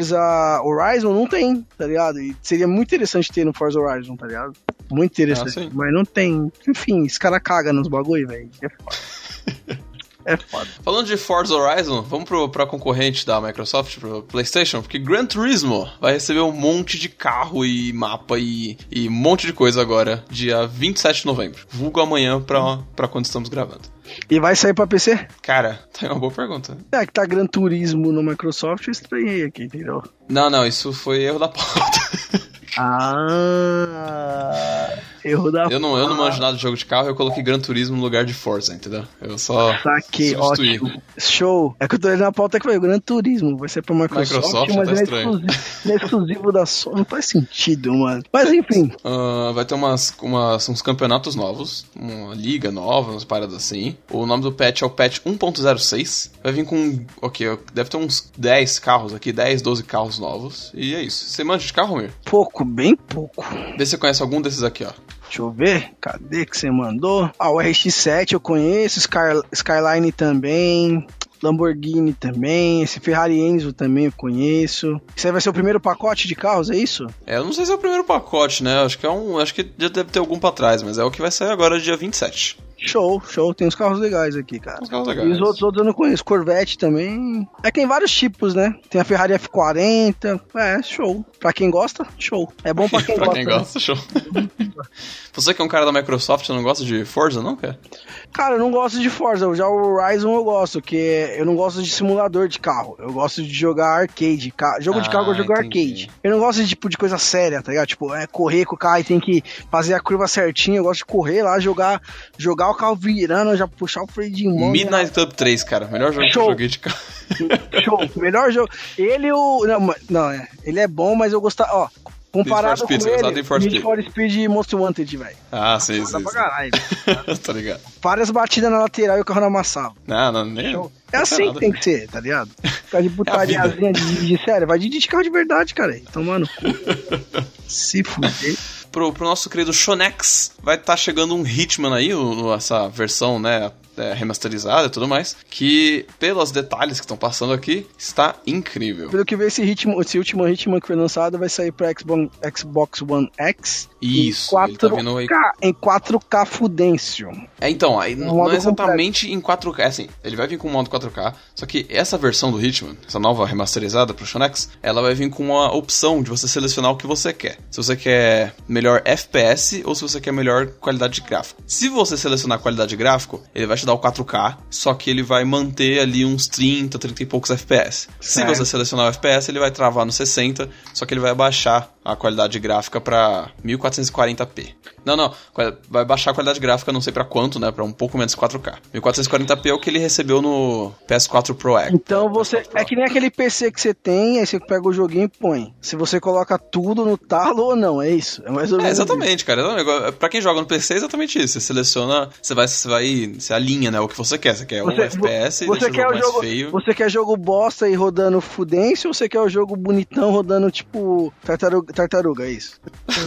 C: Horizon não tem, tá ligado? E seria muito interessante ter no Forza Horizon, tá ligado? Muito
B: Ah,
C: interessante.
B: sim.
C: mas não tem. Enfim, esse cara caga nos bagulho, velho. É foda.
B: <laughs>
C: é foda.
B: Falando de Forza Horizon, vamos pro, pra concorrente da Microsoft, pro PlayStation, porque Gran Turismo vai receber um monte de carro e mapa e, e um monte de coisa agora, dia 27 de novembro. Vulgo amanhã pra, pra quando estamos gravando.
C: E vai sair pra PC?
B: Cara, <laughs> tá aí uma boa pergunta.
C: É que tá Gran Turismo no Microsoft, eu estranhei aqui, entendeu?
B: Não, não, isso foi erro da pauta.
C: Ah. Erro da
B: Eu não, eu não manjo nada de jogo de carro, eu coloquei Gran Turismo no lugar de Forza, entendeu? Eu só
C: Saquei,
B: <laughs> substituí.
C: Tá ótimo. Show. É que eu tô olhando na pauta que vai, Gran Turismo, vai ser pra Microsoft,
B: Microsoft,
C: mas
B: tá
C: ele é,
B: estranho.
C: exclusivo, ele é exclusivo da Sony, não faz sentido, mano. Mas enfim,
B: Ah, vai ter umas, umas- uns campeonatos novos, uma liga nova, umas paradas assim. O nome do patch é o patch 1.06. Vai vir com, ok, deve ter uns 10 carros aqui, 10, 12 carros novos. E é isso. Você manja de carro, meu?
C: pouco, bem pouco.
B: Vê se você conhece algum desses aqui, ó.
C: Deixa eu ver, cadê que você mandou? Ah, o RX-7 eu conheço, Sky- Skyline também, Lamborghini também, esse Ferrari Enzo também eu conheço. Isso aí vai ser o primeiro pacote de carros, é isso?
B: É, eu não sei se é o primeiro pacote, né? Acho que é um. Acho que já deve ter algum pra trás, mas é o que vai sair agora dia 27.
C: Show, show, tem uns carros legais aqui, cara.
B: Os carros
C: E os
B: legais.
C: outros, outros eu não conheço, Corvette também. É que tem vários tipos, né? Tem a Ferrari F40, é, show. Pra quem gosta, show. É bom pra quem
B: <laughs> pra
C: gosta.
B: quem
C: né?
B: gosta, show. Você que é um cara da Microsoft, você não gosta de Forza, não, cara?
C: Cara, eu não gosto de Forza, já o Horizon eu gosto, que eu não gosto de simulador de carro. Eu gosto de jogar arcade. ca- Jogo de
B: Ah,
C: carro eu jogo
B: entendi.
C: arcade. Eu não gosto de tipo de coisa séria, tá ligado? Tipo, é correr com o carro e tem que fazer a curva certinha. Eu gosto de correr lá, jogar, jogar o carro virando, já puxar o freio de mão.
B: Midnight Club 3, cara. Melhor jogo que
C: Show.
B: eu joguei de carro.
C: Show, melhor jogo. Ele e o não, ma- não, é, ele é bom, mas eu gostava, ó, comparado
B: Speed, você
C: com
B: gostava
C: ele,
B: do Need for Speed.
C: Need for Speed e Most Wanted, velho.
B: <laughs> Ah, sei,
C: Dá
B: sei.
C: pra
B: sei.
C: caralho.
B: <laughs> tá ligado.
C: Várias batidas na lateral e o carro não amassava.
B: Não, não, nem.
C: É assim que tem que ser, tá ligado?
B: <laughs> É
C: Ficar de putariazinha de dirigir, sério, vai dirigir carro de verdade, cara. aí. Tomando
B: <laughs>
C: cu. Se fuder.
B: Pro, pro nosso querido Shonex, vai estar chegando um Hitman aí, o- o- essa versão, né? é, remasterizada e tudo mais, que pelos detalhes que estão passando aqui, está incrível.
C: Pelo que eu vi, esse, ritmo, esse último Hitman que foi lançado vai sair pra Xbox, Xbox One X. em
B: Isso, ele tá
C: 4K,
B: vindo aí.
C: em 4K fudêncio.
B: É, então, aí n-
C: Um modo
B: não é exatamente em 4K, é assim, ele vai vir com o modo 4K, só que essa versão do Hitman, essa nova remasterizada pro Shonex, ela vai vir com uma opção de você selecionar o que você quer. Se você quer melhor FPS ou se você quer melhor qualidade de gráfico. Se você selecionar qualidade de gráfico, ele vai te dar o 4K, só que ele vai manter ali uns 30, 30 e poucos FPS. Se
C: Certo.
B: você selecionar o FPS, ele vai travar no 60, só que ele vai baixar a qualidade gráfica pra 1440p. Não, não, qual- vai baixar a qualidade gráfica não sei pra quanto, né, Pra um pouco menos 4K. 1440p é o que ele recebeu no PS4 Pro X.
C: Então você.
B: PS4 Pro.
C: É que nem aquele PC que você tem, aí você pega o joguinho e põe. Se você coloca tudo no talo ou não, é isso. É mais ou
B: É,
C: menos.
B: exatamente, cara. Exatamente. Agora, Pra quem joga no PC, é exatamente isso. Você seleciona, você vai, você vai, você alinha, né, o que você quer. Você quer um
C: Você-
B: FPS,
C: Você
B: deixa
C: quer,
B: o
C: o
B: jogo
C: jogo,
B: mais feio.
C: você quer jogo bosta e rodando fudêncio ou você quer o jogo bonitão rodando tipo tartaruga, tartaruga é isso?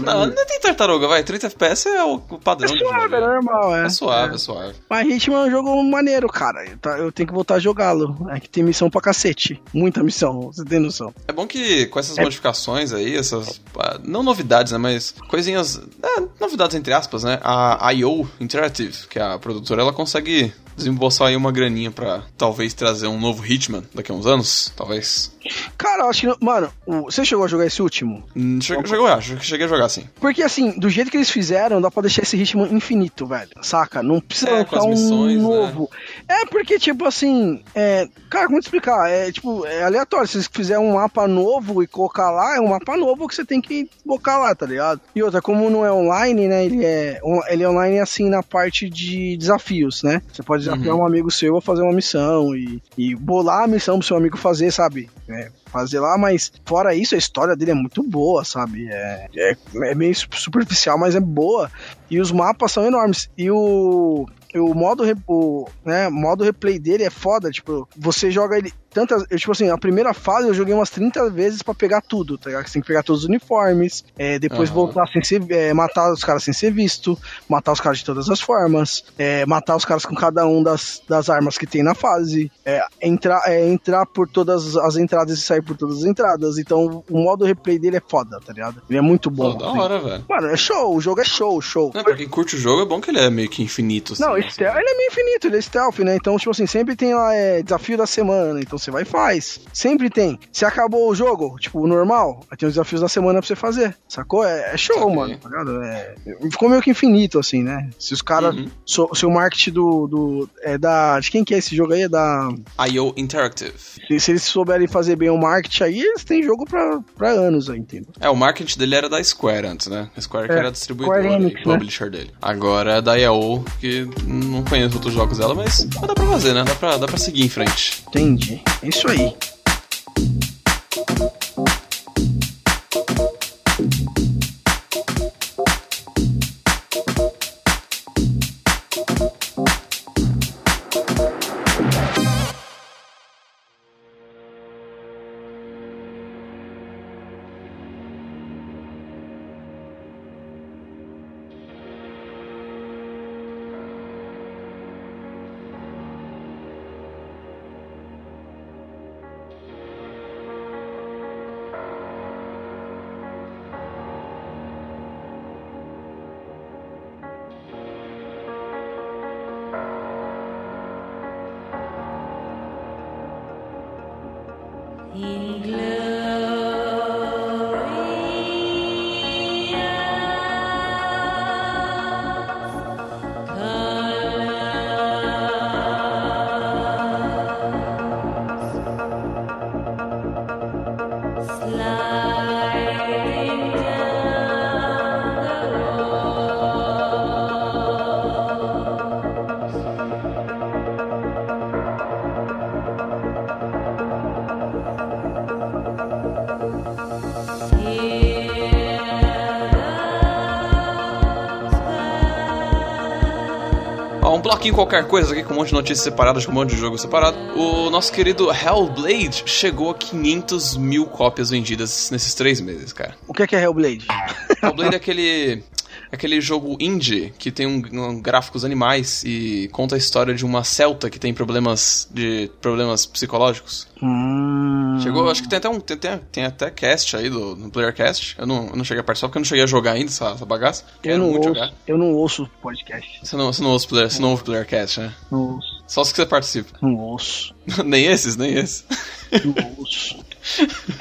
B: Não, não tem tartaruga, vai. 30 FPS é o o
C: É
B: padrão de jogo.
C: suave, é normal, é.
B: É suave, é suave.
C: Mas Hitman é um jogo maneiro, cara. Eu, tá- eu tenho que voltar a jogá-lo. É que tem missão pra cacete. Muita missão, você tem noção.
B: É bom que com essas
C: É.
B: modificações aí, essas. ah, Não novidades, né? Mas coisinhas. é, novidades entre aspas, né? A IO Interactive, que é a produtora, ela consegue desembolsar aí uma graninha pra talvez trazer um novo Hitman daqui a uns anos. Talvez.
C: Cara, eu acho que. não- Mano, o- você chegou a jogar esse último?
B: Hum, Chegou, chegou a, cheguei a jogar sim.
C: Porque assim, do jeito que eles fizeram, dá pra deixar esse ritmo infinito, velho. Saca? Não precisa
B: É, com
C: lançar
B: as
C: um
B: missões, né?
C: novo. É porque, tipo assim, é... cara, como te explicar? É tipo, é aleatório. Se você fizer um mapa novo e colocar lá, é um mapa novo que você tem que colocar lá, tá ligado? E outra, como não é online, né? Ele é, on- ele é online assim na parte de desafios, né? Você pode desafiar
B: Uhum.
C: um amigo seu a fazer uma missão e, e bolar a missão pro seu amigo fazer, sabe? É, fazer lá, mas fora isso, a história dele é muito boa, sabe? É, é, é meio su- superficial, mas é boa. E os mapas são enormes. E o. e O modo, re- o, né, modo replay dele é foda, tipo, você joga ele tantas, eu, tipo assim, a primeira fase eu joguei umas 30 vezes pra pegar tudo, tá ligado? Você tem que pegar todos os uniformes, é, depois
B: Aham.
C: voltar sem ser, é, matar os caras sem ser visto, matar os caras de todas as formas, é, matar os caras com cada um das, das armas que tem na fase, é, entrar, é, entrar por todas as entradas e sair por todas as entradas. Então o modo replay dele é foda, tá ligado? Ele é muito
B: Pô,
C: bom.
B: da
C: assim.
B: hora, velho.
C: Mano, é show, o jogo é show, show.
B: Não, pra quem curte o jogo, é bom que ele é meio que infinito. Assim,
C: Não,
B: assim.
C: stealth, ele é meio infinito, ele é stealth, né? Então, tipo assim, sempre tem lá é, desafio da semana, então você vai e faz. Sempre tem. Se acabou o jogo, tipo, o normal, aí tem os desafios da semana pra você fazer, sacou? É, é show,
B: Saquei.
C: mano, tá ligado? É- ficou meio que infinito, assim, né? Se os caras...
B: Uhum.
C: so- se o marketing do... do é da, de quem que é esse jogo aí? É da...
B: IO Interactive.
C: Se, se eles souberem fazer bem o marketing aí, eles têm jogo pra, pra anos aí, entendeu?
B: É, o marketing dele era da Square antes, né? A Square que
C: É,
B: era a distribuidora
C: Square Enix,
B: e
C: né?
B: publisher dele. Agora é da IO, que não conheço outros jogos dela, mas, mas dá pra fazer, né? Dá pra, dá pra seguir em frente.
C: Entendi. É isso aí.
B: bloquinho qualquer coisa aqui com um monte de notícias separadas, com um monte de jogo separado. O nosso querido Hellblade chegou a 500 mil cópias vendidas nesses três meses, cara.
C: O que é que é Hellblade?
B: Hellblade é aquele. Aquele jogo indie que tem um, um gráficos animais e conta a história de uma celta que tem problemas de problemas psicológicos.
C: Hum.
B: Chegou, acho que tem até um tem, tem, tem até cast aí do no Playercast. Eu não, eu não cheguei a participar porque eu não cheguei a jogar ainda essa, essa bagaça.
C: Eu
B: Quero
C: não,
B: muito
C: ouço,
B: jogar.
C: eu não ouço podcast.
B: Você não, você não ouve o player, você não ouve o Playercast, né?
C: Não ouço.
B: Só os que você participa. <laughs>
C: Não ouço.
B: nem esses, nem esses.
C: Não ouço.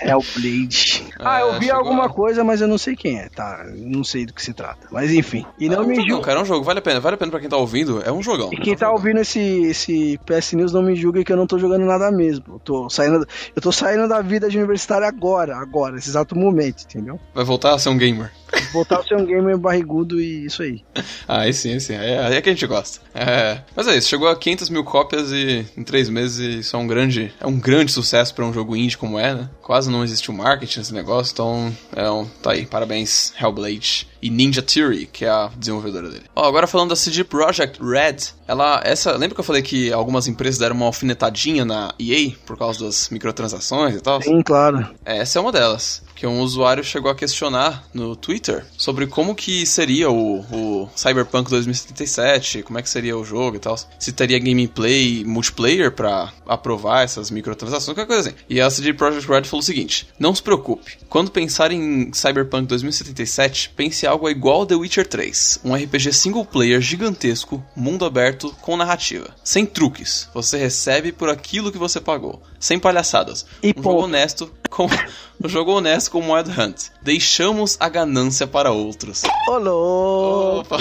C: Hellblade. Ah,
B: É,
C: eu vi
B: chegou
C: alguma
B: a-
C: coisa, mas eu não sei quem é, tá? Não sei do que se trata. Mas enfim. E não
B: Ah,
C: me
B: então
C: julgue.
B: cara, é um jogo, vale a pena, vale a pena pra quem tá ouvindo, é um jogão.
C: E quem tá ouvindo esse, esse PS News não me julgue que eu não tô jogando nada mesmo. Eu tô saindo, eu tô saindo da vida de universitário agora, agora, nesse exato momento, entendeu?
B: Vai voltar a ser um gamer.
C: Voltar a ser um gamer barrigudo e isso aí.
B: Ah, aí sim, aí sim, aí é, aí é que a gente gosta. É, mas é isso, chegou a 500 mil cópias e, em três meses e isso é um grande, é um grande sucesso pra um jogo indie como é, né? Quase não existe o marketing nesse negócio, então é um, tá aí, parabéns Hellblade e Ninja Theory, que é a desenvolvedora dele. Ó, agora falando da CD Projekt Red, ela, essa, lembra que eu falei que algumas empresas deram uma alfinetadinha na EA por causa das microtransações e tal?
C: Sim, claro.
B: É, Essa é uma delas, que um usuário chegou a questionar no Twitter sobre como que seria o, o Cyberpunk 2077, como é que seria o jogo e tal, se teria gameplay multiplayer pra aprovar essas microtransações, qualquer coisa assim. E a CD Projekt Red falou o seguinte: não se preocupe, quando pensar em Cyberpunk 2077, pense em algo igual ao The Witcher 3, um RPG single player gigantesco, mundo aberto com narrativa, sem truques. Você recebe por aquilo que você pagou, sem palhaçadas.
C: E
B: um
C: ponto.
B: jogo honesto com <laughs> um jogo honesto como Wild Hunt. Deixamos a ganância para outros.
C: Ô louco!
B: Opa.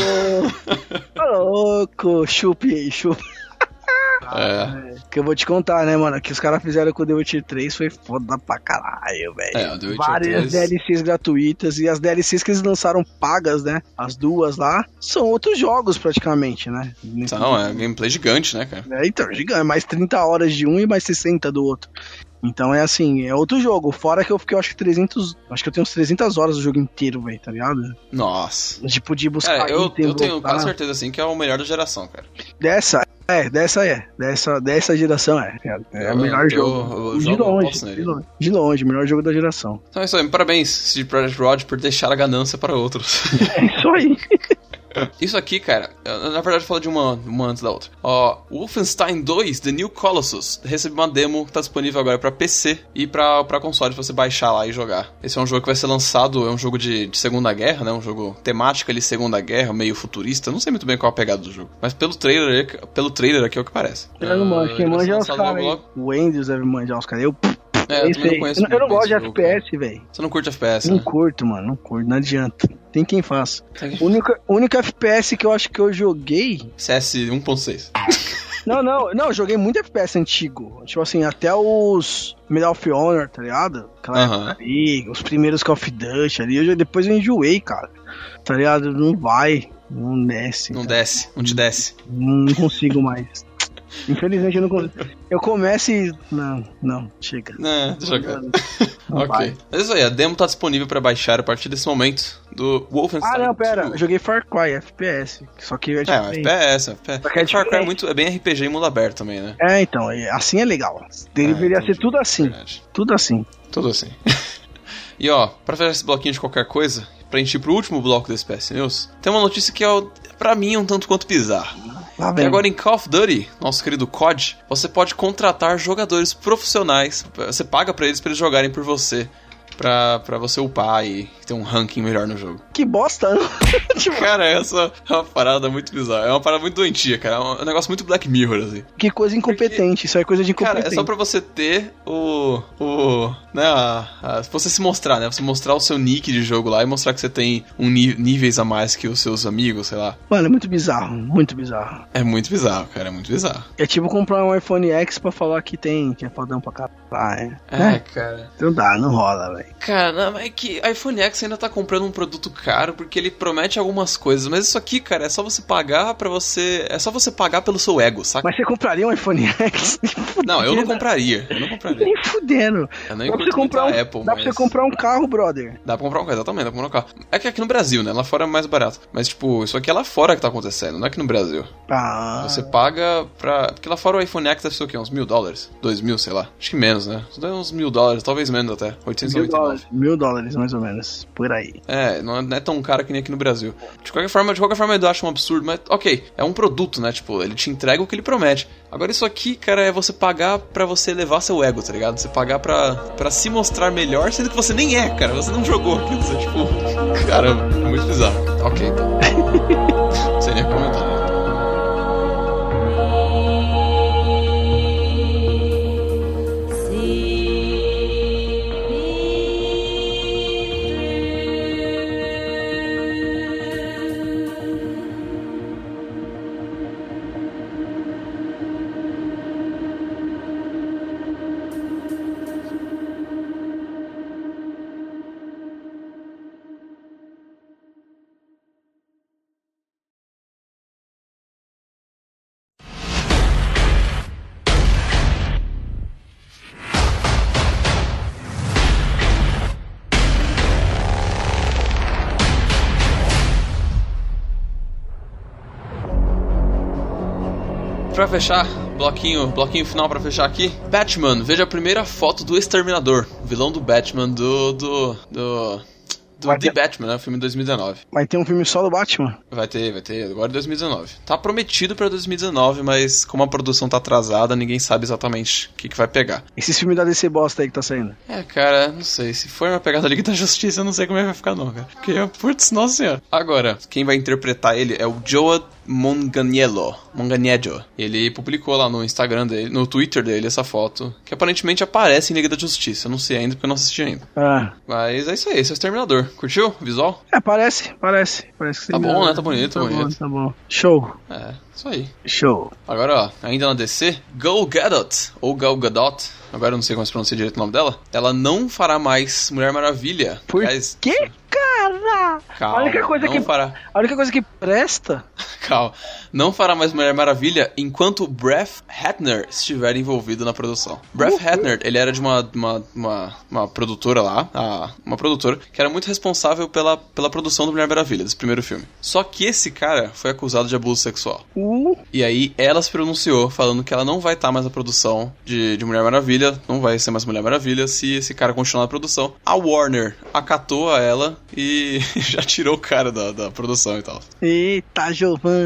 C: Ô louco! Chupe aí, chupe.
B: É,
C: Que eu vou te contar, né, mano? O que os caras fizeram com o The Witcher 3 foi foda pra caralho, velho.
B: é, o The Witcher
C: Várias
B: 3.
C: DLCs gratuitas e as DLCs que eles lançaram pagas, né? As duas lá são outros jogos praticamente, né?
B: Então, é um gameplay gigante, né, cara?
C: É, então, gigante. Mais 30 horas de um e mais 60 do outro. Então é assim, é outro jogo. Fora que eu fiquei, eu acho que 300. Acho que eu tenho uns 300 horas do jogo inteiro, velho, tá ligado?
B: Nossa.
C: Tipo, de buscar.
B: Cara, É, eu,
C: item,
B: eu tenho
C: voltar.
B: quase certeza assim que é o melhor da geração, cara.
C: Dessa, é, dessa é. Dessa, dessa geração é. É, é
B: Eu-
C: o melhor
B: eu-
C: jogo.
B: eu
C: de,
B: jogo
C: longe,
B: Pulse nele.
C: de longe. De longe, melhor jogo da geração.
B: Então é isso aí, parabéns, CD Projekt Rod, por deixar a ganância para outros.
C: É isso aí.
B: Isso aqui, cara, eu, na verdade eu falo de uma, uma antes da outra. Ó, Wolfenstein 2, The New Colossus, recebeu uma demo que tá disponível agora pra PC e pra, pra console pra você baixar lá e jogar. Esse é um jogo que vai ser lançado, é um jogo de, de Segunda Guerra, né? Um jogo temática ali, Segunda Guerra, meio futurista. Não sei muito bem qual é a pegada do jogo, mas pelo trailer, aí- pelo trailer aqui é o que parece.
C: Eu não manjo, quem
B: Ah,
C: manja é os
B: lançado logo,
C: caras. aí.
B: logo.
C: O Andrews deve manjar os caras. Eu,
B: É, eu
C: nem
B: também
C: sei.
B: não conheço
C: Eu não- eu não
B: muito
C: gosto de
B: bem esse jogo. né?
C: FPS, velho.
B: Você não curte FPS,
C: Não
B: né?
C: curto, mano, não curto, não adianta. Tem quem faça.
B: Tem
C: O único, o único FPS que eu acho que eu joguei.
B: CS 1.6.
C: Não, não, não, eu joguei muito FPS antigo. Tipo assim, até os Medal of Honor, tá ligado? Aquela
B: Aham.
C: época ali, os primeiros Call of Duty ali. Eu, já- depois eu enjoei, cara. Tá ligado? Não vai, não desce.
B: Não
C: cara.
B: desce, não te desce.
C: Não consigo mais. Infelizmente eu não consigo. Eu começo e. Não, não, chega.
B: Né, deixa eu <laughs> jogar.
C: Não vai.
B: Ok. Mas é isso aí, a demo tá disponível pra baixar a partir desse momento do Wolfenstein.
C: Ah, não, pera.
B: 2.
C: eu Joguei Far Cry, FPS. Só que tipo assim, eu
B: É, o FPS, o
C: Só que é
B: FPS. Far Cry é,
C: diferente.
B: muito, é bem RPG e mundo aberto também, né?
C: É, então, é- assim é legal. Deveria
B: É, entendi.
C: ser tudo assim,
B: Verdade.
C: tudo assim.
B: Tudo assim. <laughs> e ó, pra fechar esse bloquinho de qualquer coisa, pra gente ir pro último bloco desse PS News, tem uma notícia que é, o- pra mim, um tanto quanto bizarra.
C: Lá
B: E
C: vem.
B: agora em Call of Duty, nosso querido COD, você pode contratar jogadores profissionais, você paga pra eles pra eles jogarem por você. Pra, pra você upar e ter um ranking melhor
C: <laughs>
B: no jogo.
C: Que bosta, não? Tipo,
B: Cara, essa é uma parada muito bizarra. É uma parada muito doentia, cara. É um- é um negócio muito Black Mirror, assim.
C: que coisa incompetente, isso é coisa de
B: Cara,
C: incompetente.
B: é só pra você ter o. o. né, a, a- você se mostrar, né? Você mostrar o seu nick de jogo lá e mostrar que você tem um ni- níveis a mais que os seus amigos, sei lá.
C: Mano, é muito bizarro, muito bizarro.
B: É muito bizarro, cara, é muito bizarro.
C: É tipo comprar um iPhone X pra falar que tem, que é fodão pra caralho.
B: cara.
C: Não dá, não rola, velho. velho.
B: Cara, não, mas é que iPhone X ainda tá comprando um produto caro porque ele promete algumas coisas, mas isso aqui, cara, é só você pagar pra você. É só você pagar pelo seu ego, saca?
C: Mas você compraria um iPhone X?
B: <laughs> Não, eu não compraria. Eu não compraria.
C: Nem fudendo.
B: Eu nem
C: Dá pra, você
B: curto muito
C: comprar
B: a
C: um,
B: Apple,
C: dá pra
B: mas-
C: você comprar um carro, brother.
B: Dá pra comprar um carro, exatamente, dá pra comprar um carro. É que aqui no Brasil, né? Lá fora é mais barato. Mas, tipo, isso aqui é lá fora que tá acontecendo, não é aqui no Brasil.
C: Ah,
B: Você paga pra. Porque lá fora o iPhone X deve ser o quê? Uns mil dólares? Dois mil, sei lá. Acho que menos, né? Uns mil dólares, talvez menos até.
C: mil
B: 899.
C: dólares, mil dólares, mais ou menos. Por aí.
B: É, não é, não é tão caro que nem aqui no Brasil. De qualquer forma, de qualquer forma eu acho um absurdo, mas ok, é um produto, né? Tipo, ele te entrega o que ele promete. Agora isso aqui, cara, é você pagar pra você elevar seu ego, tá ligado? Você pagar pra, pra se mostrar melhor, sendo que você nem é, cara. Você não jogou <laughs> aquilo, você tipo. Caramba, é muito bizarro. Ok, então. Não sei nem o que comentar. né? Pra fechar, bloquinho, bloquinho final pra fechar aqui. Batman, veja a primeira foto do Exterminador, vilão do Batman do do do, do
C: Vai
B: The
C: ter-
B: Batman, né? O filme de 2019.
C: Vai ter um filme só do Batman?
B: Vai ter, vai ter, agora é 2019. Tá prometido pra 2019, mas como a produção tá atrasada, ninguém sabe exatamente o que, que vai pegar.
C: Esses filmes da DC bosta aí que tá saindo.
B: É, cara, não sei. Se for uma pegada da Liga da Justiça, eu não sei como é que vai ficar, não, cara. Porque, putz, nossa senhora. Agora, quem vai interpretar ele é o Joe Monganiello. Monganiello. Ele publicou lá no Instagram dele, no Twitter dele, essa foto, que aparentemente aparece em Liga da Justiça. Eu não sei ainda, porque eu não assisti ainda.
C: Ah.
B: Mas é isso aí, esse é o Exterminador. Curtiu o visual?
C: É, parece, parece. Parece que
B: Tá
C: você-
B: bom, né? Tá bonito,
C: tá
B: bonito.
C: Bom, tá bom. Show,
B: É, isso aí.
C: show.
B: Agora, ó, ainda na DC, Gal Gadot, ou Gal Gadot, agora eu não sei como se pronuncia direito o nome dela, ela não fará mais Mulher Maravilha.
C: Por
B: Aliás,
C: que, cara?
B: Calma,
C: a única coisa
B: não
C: que
B: fará,
C: a única coisa que presta
B: calma, não fará mais Mulher Maravilha enquanto Brett Ratner estiver envolvido na produção. Brett Ratner, ele era de uma, uma, uma, uma produtora lá, a- uma produtora que era muito responsável pela, pela produção do Mulher Maravilha, desse primeiro filme. Só que esse cara foi acusado de abuso sexual.
C: o
B: E aí ela se pronunciou falando que ela não vai estar mais na produção de, de Mulher Maravilha, não vai ser mais Mulher Maravilha se esse cara continuar na produção. A Warner acatou a ela e <laughs> já tirou o cara da, da produção e tal.
C: Eita, Giovana.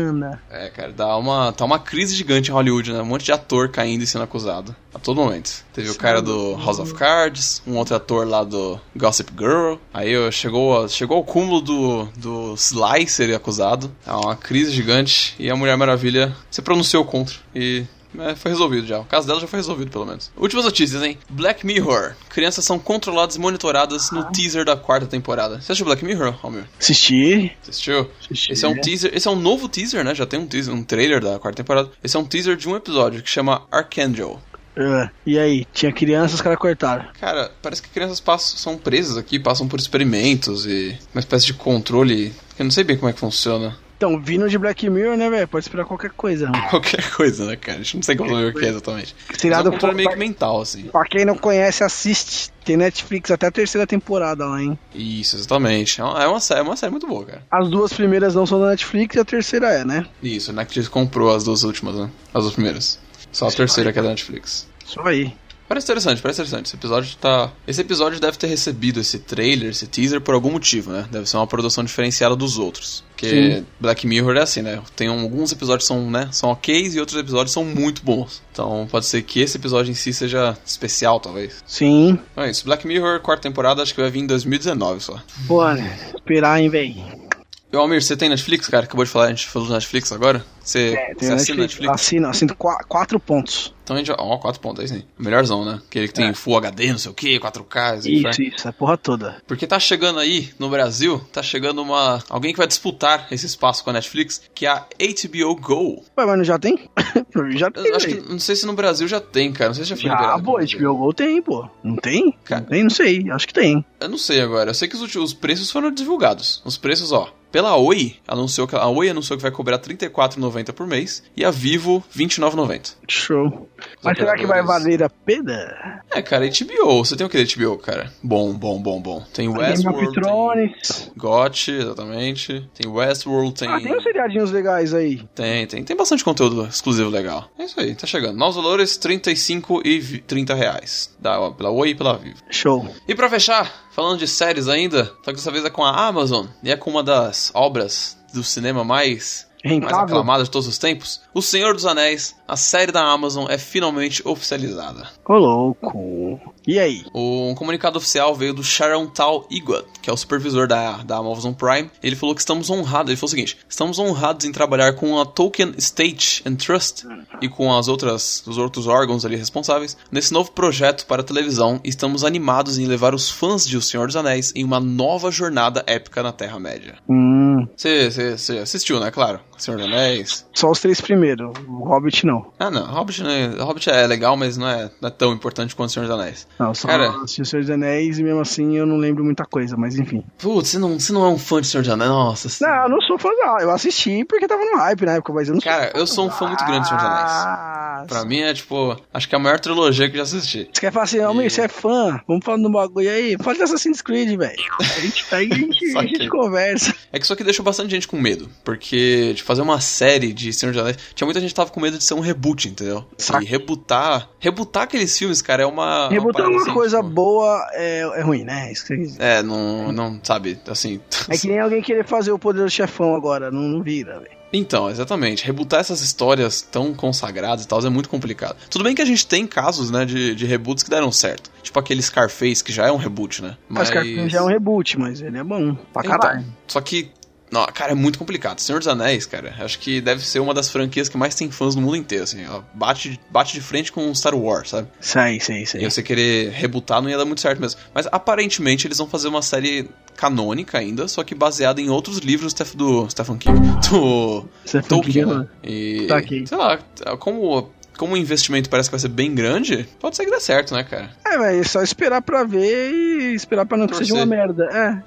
B: É, cara, dá uma, tá uma crise gigante em Hollywood, né? Um monte de ator caindo e sendo acusado a todo momento. Teve o cara do House of Cards, um outro ator lá do Gossip Girl. Aí ó, chegou, a- chegou ao cúmulo do, do Sly ser acusado. É uma crise gigante e a Mulher Maravilha se pronunciou contra. E é, foi resolvido já. O caso dela já foi resolvido, pelo menos. Últimas notícias, hein? Black Mirror. Crianças são controladas e monitoradas no teaser da quarta temporada. Você assistiu Black Mirror, Almir?
C: Assisti.
B: Você assistiu?
C: assisti.
B: Esse é um teaser, esse é um novo teaser, né? Já tem um teaser, um trailer da quarta temporada. Esse é um teaser de um episódio que chama Archangel.
C: Ah, e aí, tinha criança, os caras cortaram.
B: Cara, parece que crianças passam, são presas aqui, passam por experimentos e uma espécie de controle que eu não sei bem como é que funciona. <laughs>
C: Então, vindo de Black Mirror, né, velho? Pode esperar qualquer coisa. Mano.
B: Qualquer coisa, né, cara? A gente não sei como saber o que é exatamente. Mas é
C: Seriado
B: um controle
C: pra-
B: meio que mental, assim.
C: Pra quem não conhece, assiste. Tem Netflix até a terceira temporada lá, hein?
B: Isso, exatamente. É uma, é uma série, é uma série muito boa, cara.
C: As duas primeiras não são da Netflix e a terceira é, né?
B: Isso, a Netflix comprou as duas últimas, né? As duas primeiras. Só a terceira que é da Netflix.
C: Isso aí.
B: Parece interessante, parece interessante. Esse episódio tá. Esse episódio deve ter recebido esse trailer, esse teaser por algum motivo, né? Deve ser uma produção diferenciada dos outros. Porque
C: Sim.
B: Black Mirror é assim, né? Tem um- alguns episódios são, né, são ok e outros episódios são muito bons. Então pode ser que esse episódio em si seja especial, talvez.
C: Sim.
B: Então é isso. Black Mirror, quarta temporada, acho que vai vir em 2019 só.
C: Bora. Esperar, hein, né? velho?
B: E, Almir, você tem Netflix, cara? Acabou de falar, a gente falou de Netflix agora. Você,
C: É,
B: você assina Netflix?
C: Assino, assino qua- quatro pontos.
B: Então a gente. Ó, 4.10, né? Melhorzão, né? Aquele que tem Full HD, não sei o quê, 4K, assim,
C: É. Isso, isso, a porra toda.
B: Porque tá chegando aí no Brasil, tá chegando uma. alguém que vai disputar esse espaço com a Netflix, que é a HBO Go.
C: Ué, mas não já tem? <laughs> já tem,
B: Eu acho que
C: velho.
B: não sei se no Brasil já tem, cara. Não sei se já foi
C: Já,
B: liberado.
C: pô, HBO Go tem, pô. Não tem?
B: Cara.
C: Não tem, não sei. Acho que tem.
B: Eu não sei agora. Eu sei que os, últimos, os preços foram divulgados. Os preços, ó. Pela Oi, anunciou que a Oi anunciou que vai cobrar R$ 34,90 por mês e a Vivo R$ 29,90.
C: Show. Mas será que vai valer a pena?
B: É, cara, HBO. Você tem o que de HBO, cara? Bom, bom, bom, bom. Tem
C: Game
B: Westworld,
C: of
B: tem
C: Thrones.
B: GOT, exatamente. Tem Westworld, tem...
C: Ah, tem uns seriadinhos legais aí.
B: Tem, tem. Tem bastante conteúdo exclusivo legal. É isso aí, tá chegando. Novos valores, 35 e vi- 30 reais. Da, pela Oi e pela Vivo.
C: Show.
B: E pra fechar, falando de séries ainda, só que dessa vez é com a Amazon. E é com uma das obras do cinema mais... Mais
C: Rentável.
B: aclamada de todos os tempos, O Senhor dos Anéis, a série da Amazon, é finalmente oficializada.
C: Ô, louco. E aí?
B: Um comunicado oficial veio do Sharon Tal Igua, que é o supervisor da, da Amazon Prime. Ele falou que estamos honrados. Ele falou o seguinte: estamos honrados em trabalhar com a Tolkien State and Trust e com as outras, os outros órgãos ali responsáveis nesse novo projeto para televisão. e Estamos animados em levar os fãs de O Senhor dos Anéis em uma nova jornada épica na Terra-média.
C: Hum,
B: Você você assistiu, né? Claro, O Senhor dos Anéis.
C: só os três primeiros. O Hobbit não.
B: Ah, não. Hobbit, né? Hobbit é legal, mas não é, não é tão importante quanto O Senhor dos Anéis.
C: Não, só
B: Cara.
C: assisti o Senhor dos Anéis e mesmo assim eu não lembro muita coisa, mas enfim.
B: Putz, você não, você não é um fã de Senhor dos Anéis? Nossa, você-
C: Não, eu não sou fã, não. Eu assisti porque tava no hype na época, mas eu não sou
B: Cara, eu sou um fã muito grande de Senhor dos Anéis.
C: Ah,
B: Pra mim é tipo, acho que é a maior trilogia que eu já assisti.
C: Você quer falar assim, Almir, você é fã? Vamos falar do bagulho aí? Fala de Assassin's Creed, velho. A gente, aí a gente,
B: <laughs> Só
C: a gente
B: que-
C: conversa.
B: É que isso aqui deixou bastante gente com medo, porque de fazer uma série de Senhor dos Anéis, tinha muita gente que tava com medo de ser um reboot, entendeu?
C: Saca.
B: E rebootar, rebootar aqueles filmes, cara, é uma
C: Rebotar
B: parada
C: uma
B: assim,
C: coisa
B: tipo,
C: boa é, é ruim, né? É Isso que você quer dizer.
B: É, não, não, sabe, assim.
C: É que nem alguém querer fazer o poder do chefão agora, não, não vira, velho.
B: <laughs> Então, exatamente. Rebutar essas histórias tão consagradas e tal é muito complicado. Tudo bem que a gente tem casos, né, de, de reboots que deram certo. Tipo aquele Scarface, que já é um reboot, né?
C: Mas Cartoon já é um reboot, mas ele é bom pra
B: Então,
C: caralho.
B: só que. Não, cara, é muito complicado. Senhor dos Anéis, cara, acho que deve ser uma das franquias que mais tem fãs no mundo inteiro, assim. Ela bate, bate de frente com Star Wars, sabe?
C: Sai, sai, sai.
B: E você querer rebutar não ia dar muito certo mesmo. Mas aparentemente eles vão fazer uma série canônica ainda, só que baseada em outros livros do Steph- do Stephen King. <laughs> Do
C: Você foi
B: Tolkien,
C: pequeno.
B: né? E.
C: Tá aqui.
B: Sei lá, como. Como o investimento parece que vai ser bem grande, pode ser que dê certo, né, cara?
C: É, velho, é só esperar pra ver e esperar pra não que seja uma
B: Torcer.
C: merda.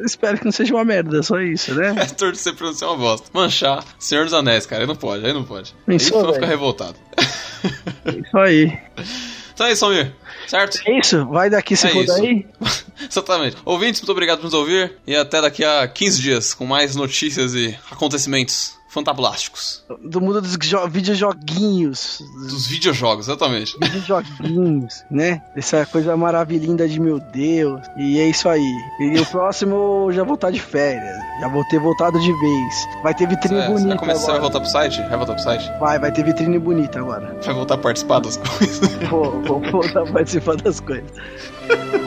C: É. <laughs> Espero que não seja uma merda, só isso, né?
B: É torcer pra não ser uma bosta. Manchar, Senhor dos Anéis, cara, aí não pode, aí não pode.
C: Pensou,
B: aí o fã fica
C: velho?
B: revoltado.
C: Isso aí.
B: Então é isso, Almir. Certo?
C: É isso, vai daqui se
B: É
C: for
B: isso.
C: daí.
B: Exatamente. Ouvintes, muito obrigado por nos ouvir. E até daqui a 15 dias com mais notícias e acontecimentos fantablásticos
C: Do mundo dos jo- videojoguinhos.
B: dos videojogos, exatamente.
C: Dos joguinhos, né? Essa coisa maravilhinda de meu Deus. E é isso aí. E o próximo eu já vou estar de férias. Já vou ter voltado de vez. Vai ter vitrine
B: É, você vai,
C: bonita.
B: começar, você vai
C: agora.
B: voltar pro site? Vai voltar pro site?
C: Vai, vai ter vitrine bonita agora.
B: Vai voltar a participar das coisas?
C: Vou, vou voltar a participar das coisas.